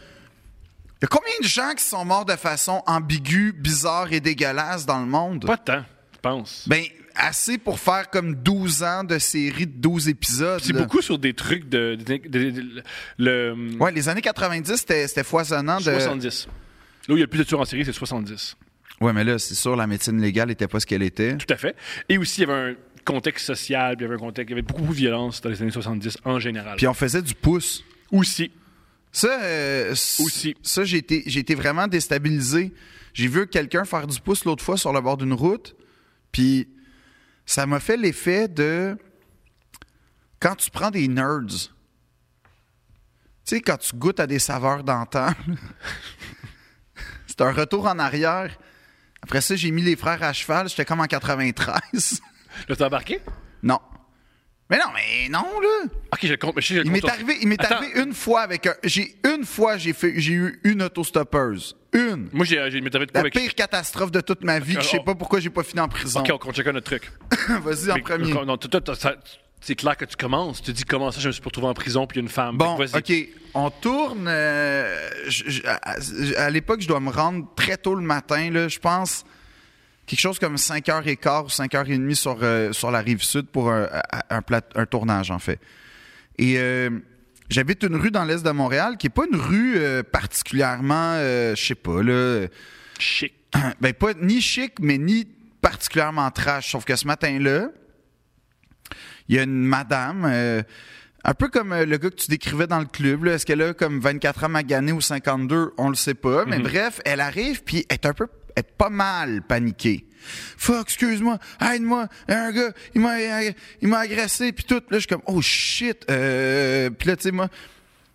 Il y a combien de gens qui sont morts de façon ambiguë, bizarre et dégueulasse dans le monde?
Pas de temps, je pense.
Ben, assez pour faire comme 12 ans de série de 12 épisodes.
c'est
là.
beaucoup sur des trucs de. de- de- de- de- le.
Ouais, les années 90, c'était c'était foisonnant de.
70. Là où il y a le plus de tueurs en série, c'est 70.
Ouais, mais là, c'est sûr, la médecine légale n'était pas ce qu'elle était.
Tout à fait. Et aussi, il y avait un contexte social, puis il y avait un contexte. Il y avait beaucoup, beaucoup de violence dans les années 70 en général.
Puis on faisait du pouce.
aussi.
Ça, euh, c-
Aussi.
ça j'ai été, j'ai été vraiment déstabilisé. J'ai vu quelqu'un faire du pouce l'autre fois sur le bord d'une route, puis ça m'a fait l'effet de quand tu prends des nerds, tu sais, quand tu goûtes à des saveurs d'antan, c'est un retour en arrière. Après ça, j'ai mis les frères à cheval, j'étais comme en 93.
Là, t'as embarqué?
non. Mais non, mais non, là!
Ok, je le compte. mais je sais, je le
Il m'est
compte.
arrivé, il m'est
Attends.
arrivé une fois avec un. J'ai une fois j'ai fait, j'ai eu une autostoppeuse, une.
Moi, j'ai, j'ai, il m'est arrivé de quoi
La
avec.
pire catastrophe de toute ma vie. que Je sais pas pourquoi j'ai pas fini en prison.
Ok, on compte chacun notre truc.
Vas-y en
Mais-
premier.
Non, toi, toi, toi, ça- c'est clair que tu commences. Tu dis comment ça, je me suis retrouvé en prison puis il y a une femme.
Bon,
Fait que vas-y.
ok, on tourne. euh, je- je- à, à l'époque, je dois me rendre très tôt le matin. Là, je pense quelque chose comme 5h15 ou 5h30 sur, euh, sur la rive sud pour un, à- un plat- un tournage, en fait. Et euh, j'habite une rue dans l'est de Montréal qui est pas une rue euh, particulièrement, euh, je sais pas, là,
Chic.
ben pas ni chic, mais ni particulièrement trash. Sauf que ce matin-là, il y a une madame, euh, un peu comme euh, le gars que tu décrivais dans le club. là. Est-ce qu'elle a comme 24 ans magané ou 52? On le sait pas. Mais bref, elle arrive puis elle est un peu, elle est pas mal paniquée. Fuck, excuse-moi, aide-moi, il y a un gars, il m'a, il m'a agressé, puis tout. Là, je suis comme, oh shit. Euh, puis là, tu sais, moi,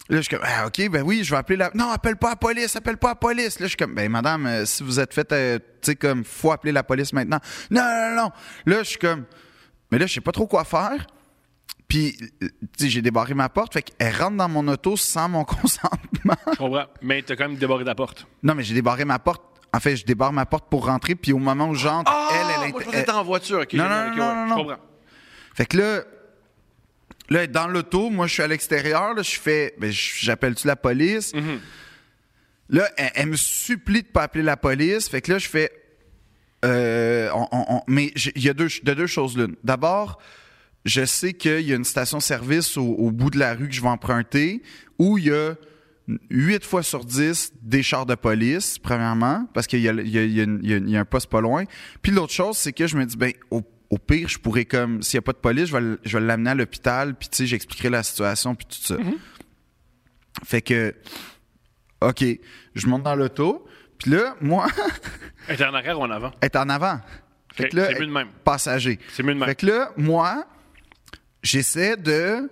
Là, je suis comme, ah, OK, ben oui, je vais appeler la. Non, appelle pas la police, appelle pas la police. Là, je suis comme, ben madame, euh, si vous êtes faite, euh, tu sais, comme, faut appeler la police maintenant. Non, non, non. Là, je suis comme, mais là, je sais pas trop quoi faire. Puis, euh, tu sais, j'ai débarré ma porte, fait qu'elle rentre dans mon auto sans mon consentement.
Je comprends. Mais t'as quand même débarré la porte.
non, mais j'ai débarré ma porte. En fait, je débarre ma porte pour rentrer, puis au moment où j'entre,
Ah,
elle,
moi, je
elle, est-
pensais que t'étais en voiture. ok,
Non,
génial,
non,
ok,
non,
ouais,
non,
je
non.
comprends.
Fait que là, là dans l'auto, moi, je suis à l'extérieur. là, Je fais, ben, je- j'appelle-tu la police? Là, elle, elle me supplie de pas appeler la police. Fait que là, je fais. euh, on- on- on- mais j'ai- il y a deux, ch- de deux choses l'une. D'abord, je sais qu'il y a une station-service au, au bout de la rue que je vais emprunter où il y a 8 fois sur 10 des chars de police, premièrement, parce qu'il y, a- il y a- il y a une- il y a une- il y a un poste pas loin. Puis l'autre chose, c'est que je me dis, ben, au, au pire, je pourrais comme, s'il n'y a pas de police, je vais, le- je vais l'amener à l'hôpital, puis tu sais, j'expliquerai la situation, puis tout ça. Fait que, OK, je monte dans l'auto, puis là, moi,
Elle était en arrière ou en avant?
elle est en avant. Fait
Ok,
que là,
c'est mieux de même.
passager.
C'est mieux de même.
Fait que là, moi, j'essaie de,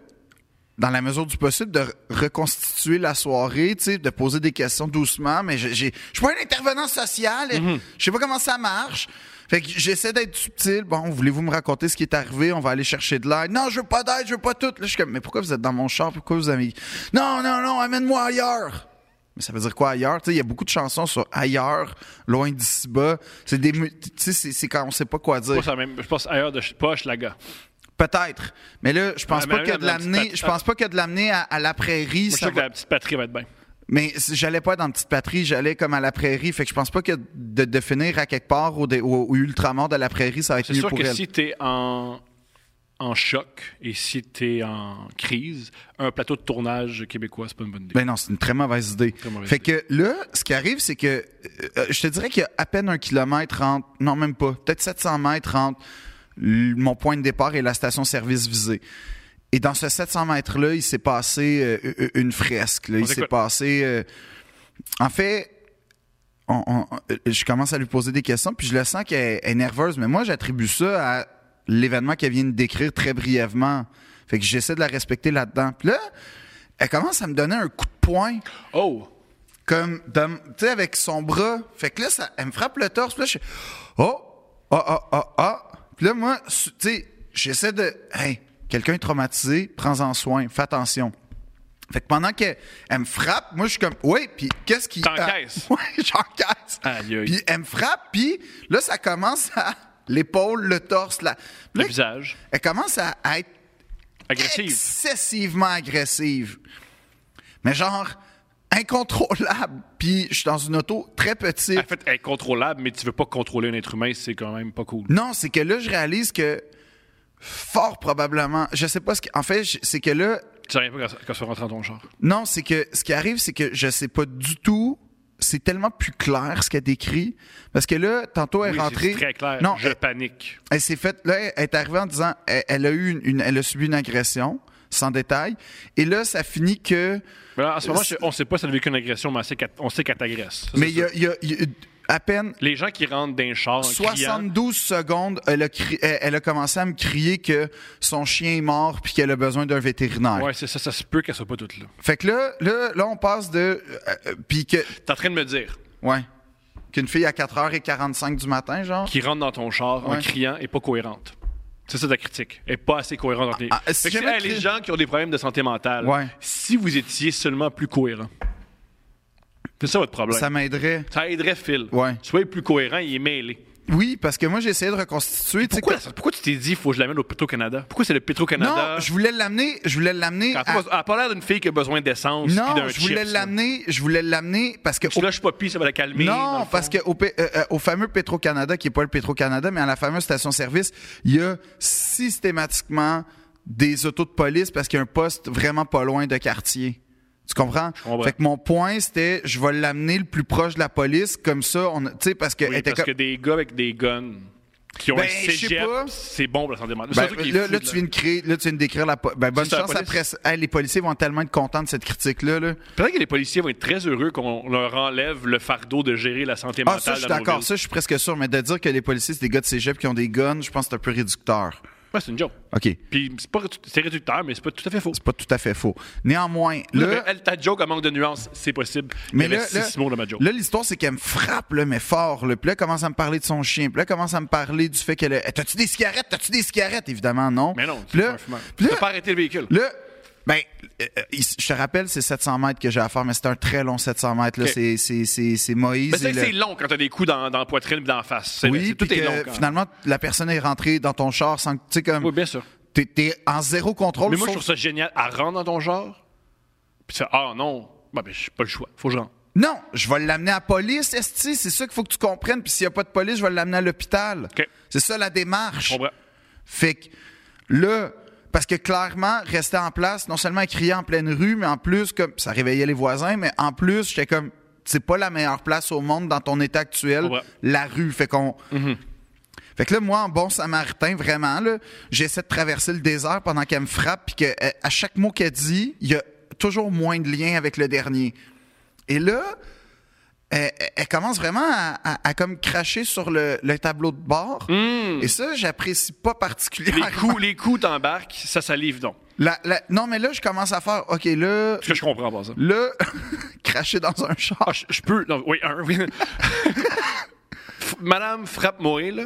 dans la mesure du possible, de re- reconstituer la soirée, tu sais, de poser des questions doucement, mais j'ai- j'ai- je suis pas un intervenant social, et
Mhm.
je sais pas comment ça marche. Fait que j'essaie d'être subtil. Bon, voulez-vous me raconter ce qui est arrivé? On va aller chercher de l'aide. Non, je veux pas d'aide, je veux pas tout. Là, je suis comme, mais pourquoi vous êtes dans mon char? Pourquoi vous avez. Non, non, non, amène-moi ailleurs. Mais ça veut dire quoi ailleurs? Tu sais, Il y a beaucoup de chansons sur ailleurs, loin d'ici bas. C'est des. mu- tu sais, C'est c'est quand on sait pas quoi
Je
dire.
pense, à la même- je pense ailleurs de ch- poche, la gars.
Peut-être. Mais là, je pense
Ouais,
pas
mais
que
là,
de
dans la petite
l'amener.
pat-
Je pense pas que de l'amener à, à la prairie.
Moi, je
ça
sais que
va-
la petite patrie va être bien.
Mais c- j'allais pas dans petite patrie, j'allais comme à la prairie. Fait que je pense pas que de, de finir à quelque part au, dé- au, au ultramar de la prairie, ça va être
C'est
mieux
sûr
pour
que
elle.
si t'es en, en choc et si t'es en crise, un plateau de tournage québécois, c'est pas une bonne idée.
Ben non, c'est une très mauvaise idée.
Très mauvaise
fait que là, ce qui arrive, c'est que euh, euh, je te dirais qu'il y a à peine un kilomètre entre, non même pas, peut-être 700 mètres entre l- mon point de départ et la station-service visée. Et dans ce 700 mètres-là, il s'est passé euh, u- u- une fresque. là. Il s'est
écoute.
passé. euh, En fait, on- on- euh, je commence à lui poser des questions, puis je le sens qu'elle est nerveuse, mais moi, j'attribue ça à l'événement qu'elle vient de décrire très brièvement. Fait que j'essaie de la respecter là-dedans. Puis là, elle commence à me donner un coup de poing,
Oh!
comme, dans- tu sais, avec son bras. Fait que là, ça, elle me frappe le torse. Puis là, je suis, oh, oh, oh, oh, oh. Puis là, moi, su- tu sais, j'essaie de, hey, quelqu'un est traumatisé, prends-en soin, fais attention. Fait que pendant qu'elle elle me frappe, moi, je suis comme, oui, puis qu'est-ce qui.
T'encaisses.
Ah, ouais, j'encaisse.
Aïe, aïe.
Puis elle me frappe, puis là, ça commence à l'épaule, le torse, la. Puis
Le
là,
visage.
elle commence à- à être
Agressif.
excessivement agressive. Mais genre incontrôlable. Puis je suis dans une auto très petite.
En fait, elle est contrôlable, mais tu veux pas contrôler un être humain, c'est quand même pas cool.
Non, c'est que là je réalise que fort probablement, je sais pas ce qui en fait, je- c'est que là
Tu savais pas quand ça- quand ça rentre dans ton genre.
non, c'est que ce qui arrive c'est que je sais pas du tout c'est tellement plus clair ce qu'elle décrit. Parce que là, tantôt, elle
Oui,
est rentrée.
c'est très clair.
Non,
je
elle-
panique.
Elle s'est faite, là, elle est arrivée en disant, elle, elle a eu une, une- elle a subi une agression, sans détail. Et là, ça finit que,
Mais en ce moment, je- on sait pas si elle a vécu une agression, mais on sait qu'elle, on sait qu'elle t'agresse. Ça, c'est
mais il y
sûr.
a- il y a- il y a à peine
Les gens qui rentrent d'un char en criant,
72 secondes, elle a, cri- elle- elle a commencé à me crier que son chien est mort puis qu'elle a besoin d'un vétérinaire.
ouais, c'est ça, ça se peut qu'elle soit pas toute là.
Fait que là, là, là, on passe de. euh, euh, puis que.
T'es en train de me dire
Ouais. Qu'une fille à 4h45 du matin, genre.
qui rentre dans ton char en
Ouais.
criant est pas cohérente. C'est ça ta critique. Elle est pas assez cohérente. entre les-
Ah, ah,
Fait
si
que c'est,
jamais
hey, les
cri-
gens qui ont des problèmes de santé mentale,
Ouais.
si vous étiez seulement plus cohérent, c'est ça votre problème.
Ça
Ça,
m'aiderait.
aiderait Phil.
Ouais.
Soyez plus cohérent, il est mêlé.
Oui, parce que moi, j'ai essayé de reconstituer. tu sais,
Pourquoi, pourquoi tu t'es dit, il faut que je l'amène au Petro-Canada? Pourquoi c'est le
que-
Petro-Canada?
Non, je voulais l'amener. Je voulais l'amener.
Elle a
à-
pas besoin- elle a pas l'air d'une fille qui a besoin d'essence puis
Non,
d'un
je voulais
chips, là.
l'amener. Je voulais l'amener parce que.
Puis là, je suis pas pire, ça va la calmer. dans le
Non,
fond.
parce qu'au au fameux Petro-Canada, qui n'est pas le Petro-Canada, mais à la fameuse station-service, il y a systématiquement des autos de police parce qu'il y a un poste vraiment pas loin de quartier. Tu comprends?
comprends.
Fait que mon point, c'était je vais l'amener le plus proche de la police, comme ça, on, a- tu sais, parce que. elle
Oui,
était
parce que
comme-
des gars avec des guns qui ont
Ben,
un
je sais
cégep,
pas.
c'est bon pour la santé mentale.
Ben,
C'est ça qui est
là,
fou
là,
de la-
tu viens de créer, là, tu viens de décrire la. po- Ben, bonne
C'est la
chance
police.
après. ça. Hey, les policiers vont tellement être contents de cette critique-là. Là.
Peut-être que les policiers vont être très heureux qu'on leur enlève le fardeau de gérer la santé
Ah,
mentale.
ça, je suis
dans nos
d'accord.
villes.
Ça, je suis presque sûr. Mais de dire que les policiers, c'est des gars de cégep qui ont des guns, je pense que c'est un peu réducteur.
Ouais, c'est une joke.
OK.
Puis c'est, pas, c'est réducteur, mais c'est pas tout à fait faux.
C'est pas tout à fait faux. Néanmoins, là,
Mais elle, ta joke, elle manque de nuances, c'est possible.
mais
Il y
là,
avait six
là,
mots dans ma joke.
là, l'histoire, c'est qu'elle me frappe, là, mais fort. Là. Puis là, elle commence à me parler de son chien. Puis là, elle commence à me parler du fait qu'elle a. Hey, T'as-tu des cigarettes? T'as-tu des cigarettes? Évidemment, non.
mais non,
Puis
c'est
là,
pas un fumeur.
puis là,
T'as pas arrêté le véhicule.
là, ben, euh, euh, il- je te rappelle, c'est 700 mètres que j'ai à faire, mais c'est un très long 700 mètres. là.
Ok.
C'est- C'est c'est- c'est Moïse.
Mais c'est,
et
que
le-
c'est long quand t'as des coups dans, dans la poitrine et dans la face. C'est,
oui,
c'est- tout
puis
est
que,
long. Quand...
finalement, la personne est rentrée dans ton char sans que, tu sais, comme,
Oui, bien sûr.
t'es- t'es en zéro contrôle.
Mais moi, je
sauf-
trouve ça génial. Elle rentre dans ton genre, puis tu fais Ah non, bah, ben, j'ai pas le choix, faut que je rentre.
Non, je vais l'amener à la police, Esti. C'est ça qu'il faut que tu comprennes. Puis s'il n'y a pas de police, je vais l'amener à l'hôpital.
OK.
C'est ça la démarche.
Je comprends.
Fait que là, parce que clairement, rester en place, non seulement crier en pleine rue, mais en plus, comme ça réveillait les voisins, mais en plus, j'étais comme, c'est pas la meilleure place au monde dans ton état actuel,
Ouais.
la rue. Fait qu'on.
Mhm.
Fait que là, moi, en bon samaritain, vraiment, là, j'essaie de traverser le désert pendant qu'elle me frappe, puis que euh, à chaque mot qu'elle dit, il y a toujours moins de lien avec le dernier. Et là, elle, elle- elle commence vraiment à, à- à comme cracher sur le, le tableau de bord. Et ça, j'apprécie pas particulièrement.
Hmm. Les coups, les coups t'embarquent, ça salive donc.
La- la- non, mais là, je commence à faire, OK, là,
Ce que je comprends pas ça.
là, cracher dans un char.
Ah, je, je peux. non, oui, un, oui. F- Madame frappe-moi, là.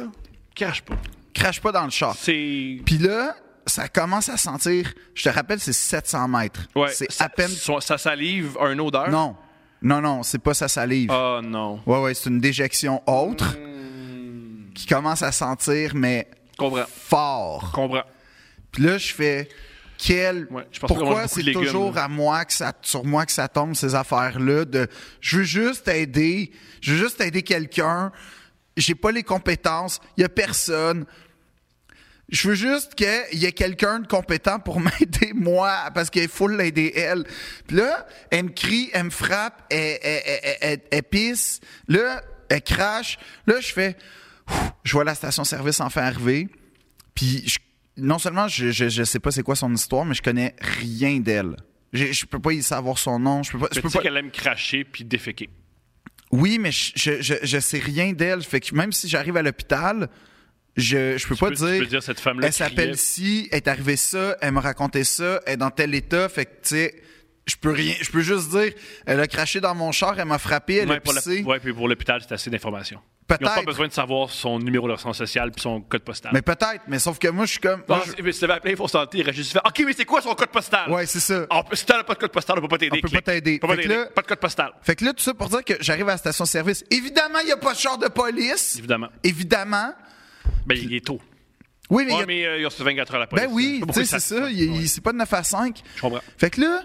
Cache pas.
Crache pas dans le char.
C'est.
Puis là, ça commence à sentir, je te rappelle, c'est 700 mètres.
Ouais,
c'est
ça-
à peine...
son- ça salive a une odeur.
Non. Non, non, c'est pas sa salive.
Oh non.
Ouais, ouais, c'est une déjection autre
Hmm.
qui commence à sentir, mais
Comprends.
fort.
Comprends.
Puis là, je fais quel.
Ouais, je pense pas qu'on mange
Pourquoi
beaucoup de
c'est
légumes,
toujours
là.
à moi que ça, sur moi que ça tombe ces affaires-là de. Je veux juste aider. Je veux juste aider quelqu'un. J'ai pas les compétences. Il y a personne. Je veux juste qu'il y ait quelqu'un de compétent pour m'aider, moi, parce qu'il faut l'aider, elle. Puis là, elle me crie, elle me frappe, elle, elle, elle- elle- elle- elle pisse. Là, elle crache. Là, je fais, Ouf, je vois la station-service enfin arriver. Puis, je- non seulement je, je, je sais pas c'est quoi son histoire, mais je connais rien d'elle. J'ai- Je peux pas y savoir son nom. Je peux pas. je
Mais
peux
tu sais
pas-
qu'elle aime cracher puis déféquer.
Oui, mais je, je, je, je sais rien d'elle. Fait que même si j'arrive à l'hôpital, je, je peux pas
peux- tu
dire.
peux dire, cette femme-là
Elle s'appelle
criait.
si, elle est arrivée ça, elle me racontait ça, elle est dans tel état. Fait que tu sais, je peux rien. Je peux juste dire, elle a craché dans mon char, elle m'a frappé, elle a
pour la-
pissé.
ouais, puis pour l'hôpital, c'est assez d'informations. Ils n'ont pas
Peut-être.
besoin de savoir son numéro de sang social puis son code postal.
Mais peut-être. Mais sauf que moi, je suis comme.
Non,
moi, je-
c'est- mais si t'avais appelé Info Santé, il aurait juste fait OK, mais c'est quoi son code postal?
Ouais, c'est ça.
On peut- si t'as pas de code postal, on peut pas t'aider.
On peut
clique.
pas t'aider.
On peut Pas,
Fait que
t'aider.
là-
Pas de code postal,
Fait que là, tout ça pour dire que j'arrive à la station-service. Évidemment, il n'y a pas de char de police.
évidemment.
Évidemment.
Ben, il est tôt.
Oui, mais il y
Ouais,
a-
mais euh, ils ont 24 heures à la police. hein.
Ben
Je
oui,
sais pas
tu sais,
pourquoi
c'est ça. il- il- C'est pas de 9 à 5.
Je comprends.
Fait que là,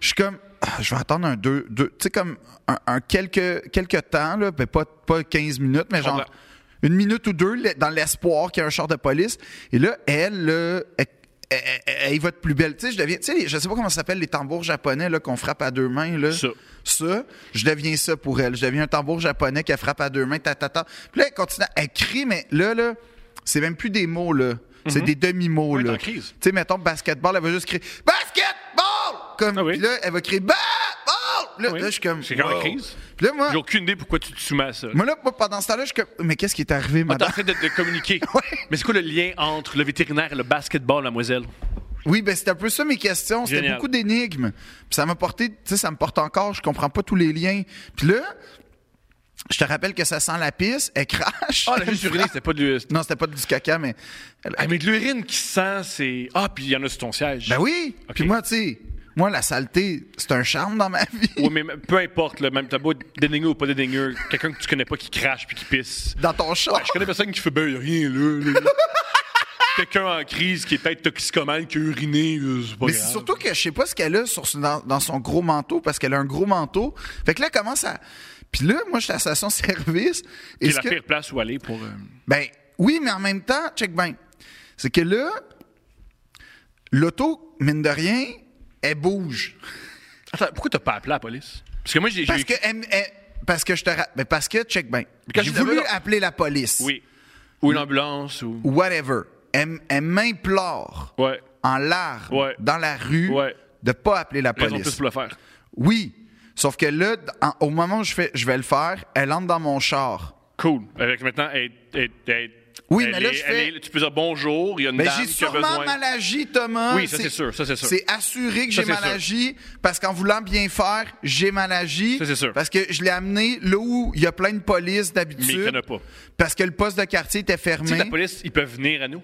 je suis comme, ah, je vais attendre un deux, deux tu sais, comme un, un quelques, quelques temps, là, ben pas, pas 15 minutes, mais genre
comprends.
une minute ou deux le- dans l'espoir qu'il y a un char de police. Et là, elle, là, elle, elle- elle- elle va de plus belle. Tu sais, je deviens, tu sais, je sais pas comment ça s'appelle, les tambours japonais, là, qu'on frappe à deux mains, là.
Ça.
Ça, je deviens ça pour elle. Je deviens un tambour japonais qu'elle frappe à deux mains, ta, ta, ta. Puis là, elle continue, à- elle crie, mais là, là, c'est même plus des mots, là.
Mm-hmm.
C'est des demi-mots,
Ouais,
là.
t'es en crise.
Tu sais, mettons, basketball, elle va juste crier Basketball! Comme,
Ah oui.
Puis là, elle va crier Basketball! Là,
Oui.
là, je suis comme.
C'est quand même
wow.
crise.
Puis là, moi,
J'ai aucune idée pourquoi tu te soumets à ça.
moi, là, moi, pendant ce temps-là, je suis comme. Mais qu'est-ce qui est arrivé,
On est en
madame?
train de, de communiquer. Mais c'est quoi le lien entre le vétérinaire et le basketball, mademoiselle?
Oui, ben c'était un peu ça mes questions. C'était
Génial.
beaucoup d'énigmes. Puis ça m'a porté, tu sais, ça me porte encore. Je comprends pas tous les liens. Puis là, je te rappelle que ça sent la pisse, elle crache.
Ah, la juste uriné, c'était pas du.
non, c'était pas du caca, mais. elle-
Ah, mais de l'urine qui sent, c'est. Ah, puis il y en a sur ton siège.
Ben oui!
Ok.
Puis moi, tu sais, moi, la saleté, c'est un charme dans ma vie.
Ouais, mais peu importe, là, même t'as beau être dédaigneux ou pas dédaigneux, quelqu'un que tu connais pas qui crache puis qui pisse.
Dans ton char.
Je connais personne qui fait ben y a rien là. là. quelqu'un en crise qui est peut-être toxicomane, qui a uriné, euh, c'est pas
Mais
grave.
c'est surtout que je sais pas ce qu'elle a sur, son- dans, dans son gros manteau parce qu'elle a un gros manteau. Fait que là, elle commence à. Puis là, moi, je suis à la station service.
C'est
Est-ce
la
que-
pire place où aller pour. euh,
Ben oui, mais en même temps, check bien. C'est que là, l'auto, mine de rien, elle bouge.
Attends, pourquoi t'as pas appelé la police? Parce que moi j'ai.
Parce
j'ai-
que, elle- elle- parce que je te. ra- Ben, parce que, check bien.
quand
J'ai
je l'avais,
voulu
là-
appeler la police.
Oui. Ou une ambulance ou.
Whatever. Elle, elle m'implore
Ouais.
en larmes
Ouais.
dans la rue
Ouais.
de pas appeler la
Raison de plus
police.
pour le faire.
Oui. Sauf que là, d- en- au moment où je fais, je vais le faire, elle entre dans mon char.
Cool. Avec maintenant, elle, elle- elle-
Oui,
elle
mais là,
est-
je fais-
elle est- tu peux dire bonjour, il y a une
Mais
dame
j'ai
qui a
sûrement
besoin.
mal agi, Thomas.
Oui, ça, c'est sûr, ça, c'est sûr.
C'est assuré que
Ça,
j'ai
c'est
mal
sûr.
agi parce qu'en voulant bien faire, j'ai mal agi.
Ça, c'est sûr.
Parce que je l'ai amené là où il y a plein de police
Mais il
d'habitude.
y en a pas.
Parce que le poste de quartier était
Tu sais que
fermé.
la police, ils peuvent venir à nous.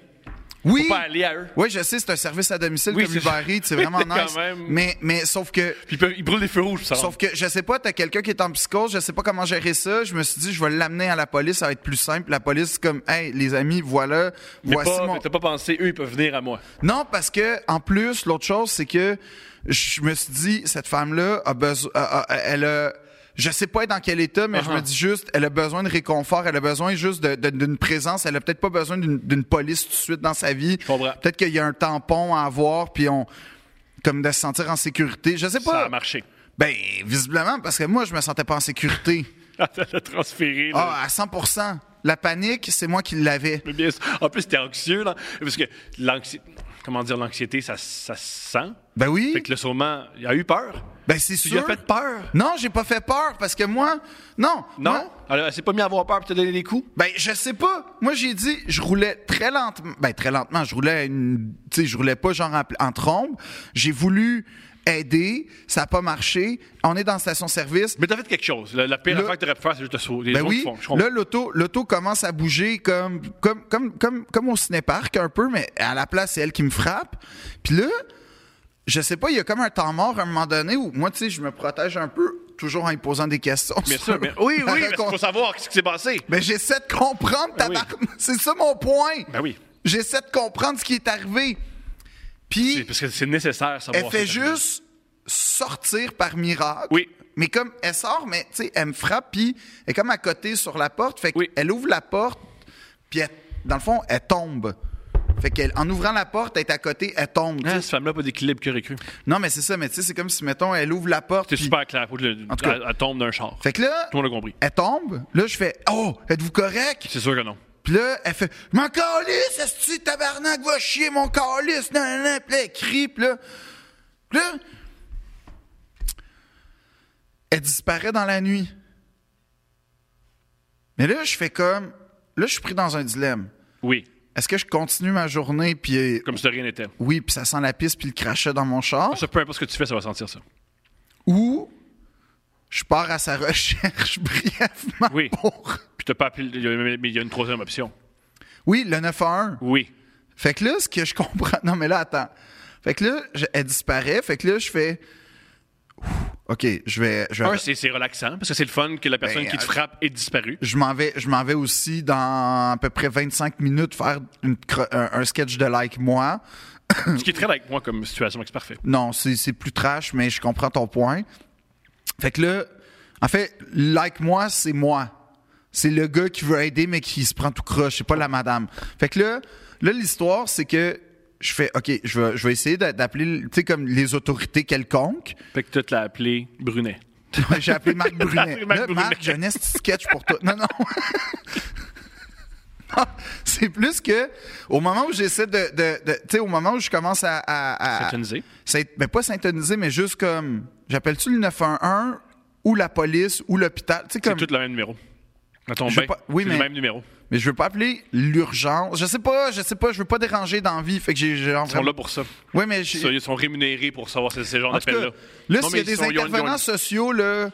oui.
Pas aller à eux.
Oui, je sais, c'est un service à domicile
Oui,
comme
c'est ça.
Uber Eats, c'est vraiment
C'est quand
nice.
même-
Mais, mais sauf que
Puis ils, peuvent- ils brûlent les feux rouges, ça.
Sauf que je sais pas, t'as quelqu'un qui est en psychose, je sais pas comment gérer ça. Je me suis dit, je vais l'amener à la police, ça va être plus simple. La police, c'est comme, hey, les amis, voilà,
mais
voici
pas-
mon.
mais t'as pas pensé, eux, ils peuvent venir à moi.
Non, parce que en plus, l'autre chose, c'est que je me suis dit, cette femme-là a besoin, elle a, je sais pas dans quel état, mais je
Uh-huh.
me dis juste, elle a besoin de réconfort, elle a besoin juste de- de- d'une présence, elle a peut-être pas besoin d'une- d'une police tout de suite dans sa vie.
comprends.
Peut-être qu'il y a un tampon à avoir, puis on, comme de se sentir en sécurité. Je sais pas.
Ça a marché.
Ben, visiblement, parce que moi, je me sentais pas en sécurité.
Attends, t'as transféré. là.
Ah, à 100 La panique, c'est moi qui l'avais.
Mais bien sûr. En plus, t'es anxieux, là. Parce que l'anxiété. Comment dire, l'anxiété, ça, ça se sent.
Ben oui.
Fait que le sûrement, il a eu peur.
Ben, c'est
Tu lui
sûr.
as fait peur.
Non, j'ai pas fait peur parce que moi. Non.
Non?
moi-
Alors, elle s'est pas mis à avoir peur pour te donner des coups?
ben, je sais pas. Moi, j'ai dit, je roulais très lentement. Ben, très lentement. Je roulais à une. Tu sais, je roulais pas genre en, en trombe. J'ai voulu aider. Ça a pas marché. On est dans la station-service.
Mais t'as fait quelque chose. La, la pire
Là-
affaire que t'aurais pu faire, c'est juste te sauver. Les
Ben
autres
oui,
font. Je comprends.
là l'auto, l'auto commence à bouger comme comme comme comme comme au cinéparc un peu, mais à la place c'est elle qui me frappe. Puis là, je sais pas, il y a comme un temps mort à un moment donné où moi tu sais je me protège un peu toujours en lui posant des questions.
Bien
sur-
sûr, mais Ben, oui, oui,
la
parce qu'il
con-
faut savoir ce qui s'est passé.
Mais ben, j'essaie de comprendre,
Ben oui.
tabarnak. C'est ça mon point.
Ben oui.
J'essaie de comprendre ce qui est arrivé.
C'est-
Puis,
Parce que c'est nécessaire savoir.
elle fait
ce qui est arrivé.
juste sortir par miracle.
Oui.
Mais comme elle sort, mais tu sais, elle me frappe, puis elle est comme à côté sur la porte. Fait
Oui.
qu'elle ouvre la porte, puis elle- dans le fond, elle tombe. Fait qu'elle, en ouvrant la porte, elle est à côté, elle tombe. tu sais.
Ah, cette femme-là, pas d'équilibre que cru.
Non, mais c'est ça, mais tu sais, c'est comme si, mettons, elle ouvre la porte.
C'est
puis-
super clair. Faut que le-
En tout cas.
elle, elle tombe d'un char.
Fait que là,
Tout le monde a compris.
elle tombe. Là, je fais Oh, êtes-vous correct?
C'est sûr que non.
Puis là, elle fait « Mon calice, est-ce tabarnak, va chier mon calice! » Nan, nan, nan. Puis là, elle crie, puis là... Puis là... Elle disparaît dans la nuit. Mais là, je fais comme... Là, je suis pris dans un dilemme.
Oui.
Est-ce que je continue ma journée, puis... euh,
Comme si de rien n'était.
Oui, puis ça sent la pisse, puis le crachat dans mon char.
Ça, peu importe ce que tu fais, ça va sentir ça.
Ou... Je pars à sa recherche brièvement
Oui.
pour...
Puis t'as pas appelé. il y a- Mais il y a une troisième option.
Oui, le 911.
Oui.
Fait que là, ce que je comprends. Non, mais là, attends. Fait que là, je- elle disparaît. Fait que là, je fais. Ouh, OK, je vais. Je, vais-
Un, c'est c'est relaxant, parce que c'est le fun que la personne
Ben,
qui te
euh,
frappe est disparue.
je m'en vais, je m'en vais aussi dans à peu près 25 minutes faire une cro- un, un sketch de Like Moi.
Ce qui est très avec moi comme situation, mais c'est parfait.
Non, c'est c'est plus trash, mais je comprends ton point. Fait que là, en fait, Like Moi, c'est moi. C'est le gars qui veut aider, mais qui se prend tout croche. C'est pas la madame. Fait que là, là l'histoire, c'est que je fais OK, je vais, je vais essayer d'a- d'appeler, tu sais, comme les autorités quelconques.
Fait que tu l'as appelé Brunet.
Ouais, J'ai appelé Marc Brunet.
Marc
Là,
Brunet.
Marc, j'ai un esti de sketch pour toi. Non, non. Non, C'est plus que au moment où j'essaie de, de- de- tu sais, au moment où je commence à, à- à-
Syntoniser.
Synt- ben, pas syntoniser, mais juste comme j'appelle-tu le 911 ou la police ou l'hôpital, tu sais
C'est
comme.
tout le même numéro. Dans ton
Je
bain,
veux pas- oui,
c'est
mais-
le même numéro.
Mais je veux pas appeler l'urgence. Je sais pas, je sais pas, je veux pas déranger dans la vie. Fait que j'ai, j'ai
Ils sont là pour ça.
Oui, mais j'ai-
Ils sont- Ils sont rémunérés pour savoir ces, ces genres
En tout cas,
d'appels-là.
là,
Non,
s'il y
mais
a
ils
des
sont- ils ont une- ils ont une-
intervenants sociaux là,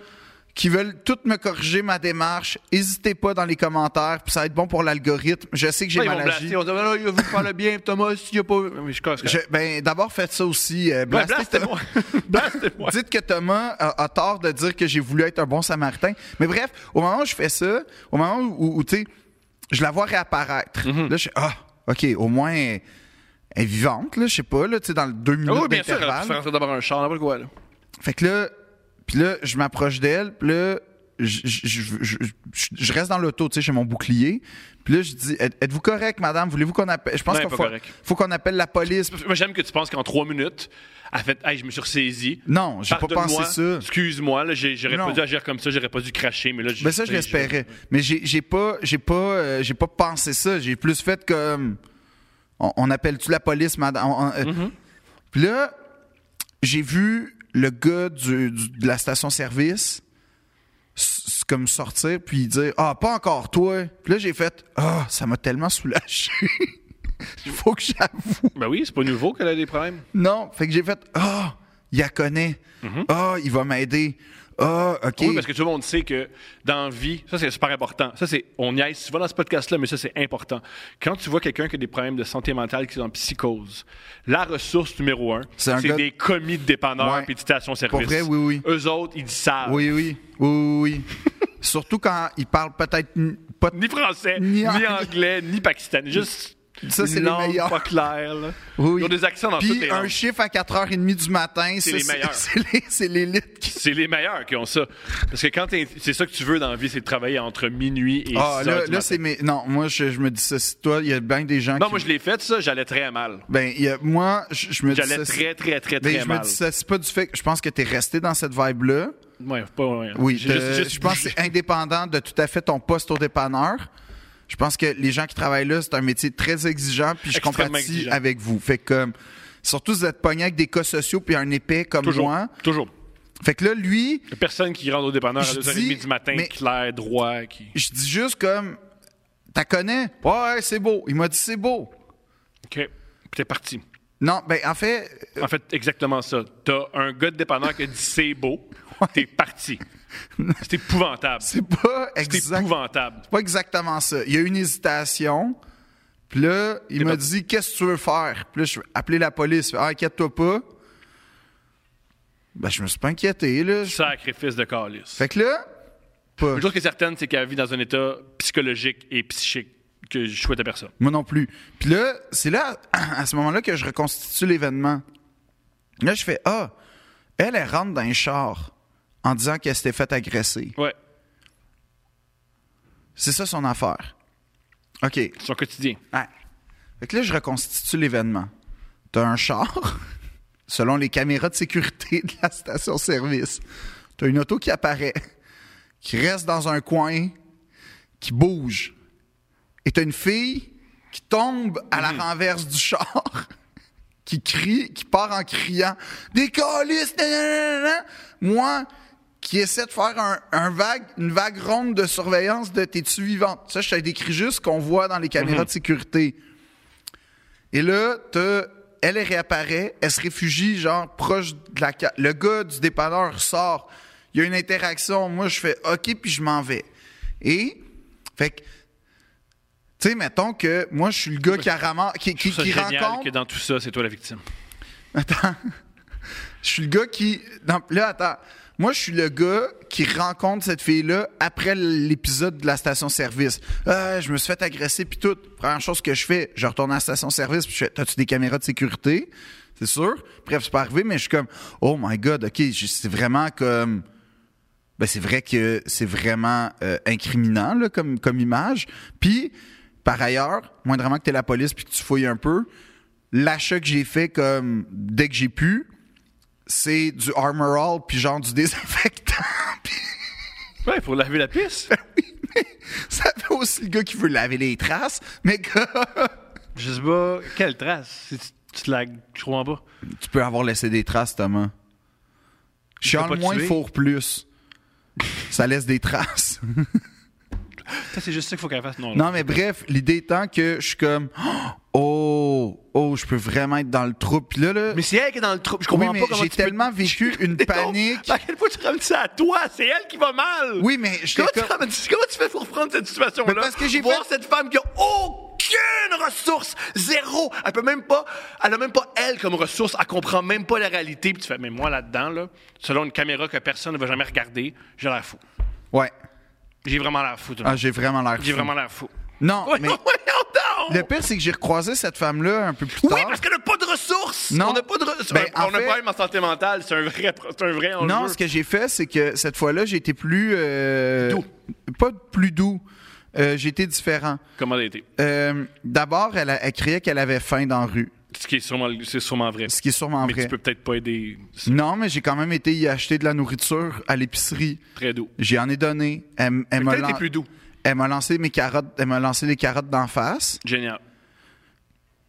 qui veulent tout me corriger ma démarche, n'hésitez pas dans les commentaires, puis ça va être bon pour l'algorithme. Je sais que j'ai
ils vont
mal agi.
blaster, on dit, Ah, non, vous parlez bien, Thomas, il n'y a pas. Mais je casse.
Je- ben, d'abord, faites ça aussi. euh,
Ouais,
blastez
Blastez-moi. Blastez-moi.
Dites que Thomas a, a tort de dire que j'ai voulu être un bon samaritain. Mais bref, au moment où je fais ça, au moment où, où, tu sais, je la vois réapparaître,
Mm-hmm.
là, je suis Ah, OK, au moins, elle est vivante, là, je sais pas, là, tu sais, dans le deux minutes
Ah oui, bien sûr, tu
d'intervalle.
fais rentrer d'abord un char, n'importe quoi. Là.
Fait que là, puis là, je m'approche d'elle, puis là, je, je- je- je- je- je reste dans l'auto, tu sais, j'ai mon bouclier. Puis là, je dis, Êtes- êtes-vous correct, madame? Voulez-vous qu'on appelle? Je pense
Non,
qu'il
pas
faut,
correct.
faut qu'on appelle la police.
Moi, j'aime que tu penses qu'en trois minutes, elle fait Hey, je me suis ressaisi.
Non, j'ai pas pensé
Pardonne-moi.
ça.
Excuse-moi, là, j'ai- j'aurais
Non.
pas dû agir comme ça, j'aurais pas dû cracher, mais là, j'ai-
Ben ça, je
j'ai-
l'espérais. Mais j'ai j'ai pas, j'ai pas, euh, j'ai pas pensé ça. J'ai plus fait comme, on, on appelle-tu la police, madame? On- on- euh.
Mm-hmm.
Puis là, j'ai vu le gars du- du- de la station-service s- s- comme sortir puis dire ah pas encore toi puis là j'ai fait ah ça m'a tellement soulagé il faut que j'avoue
Ben oui, c'est pas nouveau qu'elle a des problèmes.
non fait que j'ai fait ah il la connaît ah il va m'aider ah ok
Mm-hmm. Oui, parce que tout le monde sait que dans la vie, ça c'est super important. Ça c'est, on y aille souvent dans ce podcast-là, mais ça c'est important. Quand tu vois quelqu'un qui a des problèmes de santé mentale, qui est en psychose, la ressource numéro un,
C'est un
c'est
gars-
des commis de dépanneurs
Ouais.
puis de station-service.
Pour vrai, oui, oui.
Eux autres, ils savent.
Oui, oui, oui, oui. oui. Surtout quand il parle peut-être n- pas.
Ni français,
Ni
ni,
ang-
anglais, ni pakistanais. Juste
Ça, c'est
une
les
langue
meilleurs.
pas claire. là.
Oui.
Ils ont des accents dans hein. toutes les
Puis un
langues.
chiffre à 4h30 du matin, ça,
les meilleurs.
C'est les- c'est l'élite qui.
C'est les meilleurs qui ont ça. Parce que quand t'es- c'est ça que tu veux dans la vie, c'est de travailler entre minuit et
Ah,
six heures
là,
du
là
matin.
c'est mes. Non, moi, je, je me dis ça, c'est toi, il y a bien des gens
Non,
qui.
moi je l'ai fait ça, j'allais très mal.
Ben, il y a- moi, je, je me dis
J'allais
ça.
très, très, très, très
Ben, je me
mal.
dis ça, c'est pas du fait que je pense que t'es resté dans cette vibe-là.
Ouais, pas, ouais.
Oui,
J'ai
de-
juste- juste
je pense que
bougé.
c'est indépendant de tout à fait ton poste au dépanneur. Je pense que les gens qui travaillent là, c'est un métier très exigeant, puis je
Extrêmement
compatis
exigeant.
avec vous. Fait que, euh, surtout si vous êtes pogné avec des cas sociaux puis un épais comme
toujours.
moi.
Toujours.
Fait que là, lui,
Y a Personne qui rentre au dépanneur à
Je
2h30
dis,
du matin,
mais-
clair, droit, qui.
je dis juste comme, t'as connais? Ouais, ouais, c'est beau. Il m'a dit, c'est beau.
OK. Puis t'es parti.
Non, ben, en fait,
En fait, exactement ça. T'as un gars de dépanneur qui a dit c'est beau, t'es parti. C'est épouvantable.
c'est pas
C'est
exact.
épouvantable.
pas exactement ça. Il y a eu une hésitation. Puis là, il m'a
pas-
dit Qu'est-ce que tu veux faire Puis là, je vais appeler la police. Fait, Ah, inquiète-toi pas. Ben, je me suis pas inquiété, là.
Sacrifice de calice.
Fait que là, pas-
Une chose qui est certaine, c'est qu'elle vit dans un état psychologique et psychique que je souhaite à personne.
moi non plus. Puis là, c'est là, à ce moment-là, que je reconstitue l'événement. Là, je fais Ah, elle, elle rentre dans un char en disant qu'elle s'était faite agresser.
Ouais,
C'est ça son affaire. OK.
son quotidien.
Ouais. Fait que là, je reconstitue l'événement. T'as un char, selon les caméras de sécurité de la station-service. T'as une auto qui apparaît, qui reste dans un coin, qui bouge. Et t'as une fille qui tombe à la renverse du char, qui crie, qui part en criant Des calices! nan, nan, nan, nan. Moi, qui essaie de faire un, un vague, une vague ronde de surveillance de t'es-tu vivante. Ça, je te décris juste ce qu'on voit dans les
Mhm.
caméras de sécurité. Et là, t'as- elle elle réapparaît, elle se réfugie, genre, proche de la... ca- Le gars du dépanneur sort. Il y a une interaction. Moi, je fais OK, puis je m'en vais. Et, fait que, tu sais, mettons que moi, je suis le gars qui, a ramasse- qui, qui,
Je trouve
qui
ça génial
rencontre...
que dans tout ça, c'est toi la victime.
Attends. Je suis le gars qui. non, là, attends. Moi, je suis le gars qui rencontre cette fille-là après l'épisode de la station-service. Euh, je me suis fait agresser, puis tout. Première chose que je fais, je retourne à la station-service, puis je fais T'as-tu des caméras de sécurité C'est sûr. Bref, c'est pas arrivé, mais je suis comme Oh my God, OK, j- c'est vraiment comme. Ben, c'est vrai que c'est vraiment euh, incriminant là, comme, comme image. Puis, par ailleurs, moindrement que tu es la police puis que tu fouilles un peu, l'achat que j'ai fait comme dès que j'ai pu, c'est du Armor All puis genre du désinfectant.
Ouais, pour laver la piste.
Ça fait aussi le gars qui veut laver les traces, mais que
je sais pas, quelle trace? Si tu, tu te la je comprends pas.
tu peux avoir laissé des traces, Thomas.
pas
Chiale moins,
tuer.
fourre plus. Ça laisse des traces.
Ça, c'est juste ça qu'il faut qu'elle fasse. Non, là.
Non, mais bref, l'idée étant que je suis comme Oh, oh, je peux vraiment être dans le trou. Puis là, là.
Mais c'est elle qui est dans le trouble. Je
oui,
comprends
mais
pas comment
j'ai
tu peux-
tellement vécu une panique.
À quel point tu ramènes ça à toi? C'est elle qui va mal!
Oui, mais j'étais
Comment tu,
comme-
ramènes- comment tu fais pour prendre cette situation-là?
Mais parce que j'ai
Voir cette femme qui a aucune ressource, zéro. Elle peut même pas, elle a même pas elle comme ressource, elle comprend même pas la réalité. Puis tu fais, mais moi là-dedans, là, selon une caméra que personne ne va jamais regarder, j'ai l'air fou.
Ouais.
J'ai vraiment l'air fou. tout le
Ah,
monde.
j'ai vraiment l'air.
J'ai
fou.
vraiment l'air fou.
Non, mais
Voyons donc!
le pire, c'est que j'ai recroisé cette femme-là un peu plus
Oui,
tard.
parce qu'elle n'a pas de ressources!
Non.
On n'a pas de ressources.
Ben,
on
en
a
fait-
pas même en santé mentale, c'est un vrai, pro- c'est un vrai enjeu.
Non, ce que j'ai fait, c'est que cette fois-là, j'ai été plus. euh,
Doux.
Pas plus doux. Euh, j'ai été différent.
Comment elle a été?
Euh, D'abord, elle, a- elle criait qu'elle avait faim dans la rue,
Ce qui est sûrement, c'est sûrement vrai.
ce qui est sûrement
mais
vrai.
tu peux peut-être pas aider. C'est
Non, mais j'ai quand même été y acheter de la nourriture à l'épicerie.
très doux.
J'y en ai donné. Elle, m- elle m'a
Peut-être
lan-
t'es plus doux.
elle m'a lancé mes carottes, elle m'a lancé les carottes d'en face.
Génial.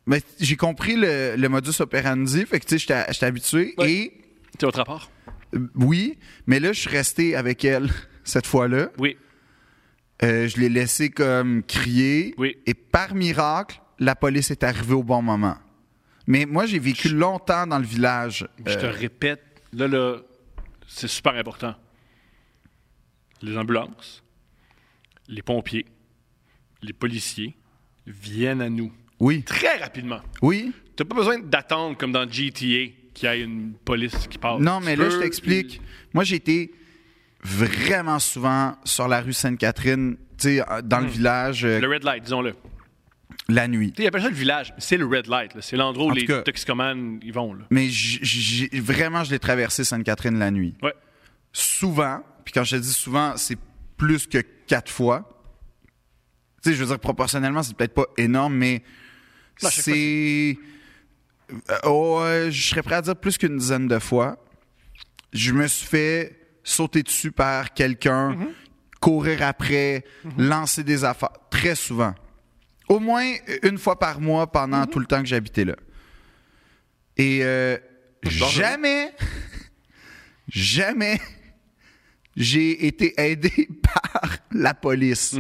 Mais j'ai compris le, le modus operandi, fait que tu sais, j'étais j'étais habitué.
Ouais.
Et
T'es autre rapport?
euh, oui, mais là, je suis resté avec elle cette fois-là.
Oui.
Euh, je l'ai laissé comme crier.
Oui.
Et par miracle, la police est arrivée au bon moment. Mais moi, j'ai vécu longtemps dans le village.
Je te
Euh,
répète, là, là, c'est super important. Les ambulances, les pompiers, les policiers viennent à nous
oui,
très rapidement.
oui.
T'as pas besoin d'attendre comme dans GTA qu'il y ait une police qui passe.
Non, mais
Oh, Tu
là,
peux-
je t'explique. Moi, j'ai été vraiment souvent sur la rue Sainte-Catherine, tu sais, euh, dans le village, euh,
Hmm. Le red light, disons-le.
la nuit.
Tu sais, ils appellent ça le village, mais c'est le red light. là. C'est l'endroit où
En tout
les
cas-
toxicomanes ils vont. Là.
Mais j- j- j'ai- vraiment, je l'ai traversé Sainte-Catherine la nuit.
Ouais.
Souvent, puis quand je te dis souvent, c'est plus que quatre fois. Tu sais, je veux dire, proportionnellement, c'est peut-être pas énorme, mais
Non, à chaque
c'est... Euh, oh, euh, je serais prêt à dire plus qu'une dizaine de fois. Je me suis fait sauter dessus par quelqu'un,
Mm-hmm.
courir après, lancer des affaires, très souvent. Au moins une fois par mois pendant tout le temps que j'habitais là. Et euh,
dangereux.
jamais, jamais, j'ai été aidé par la police.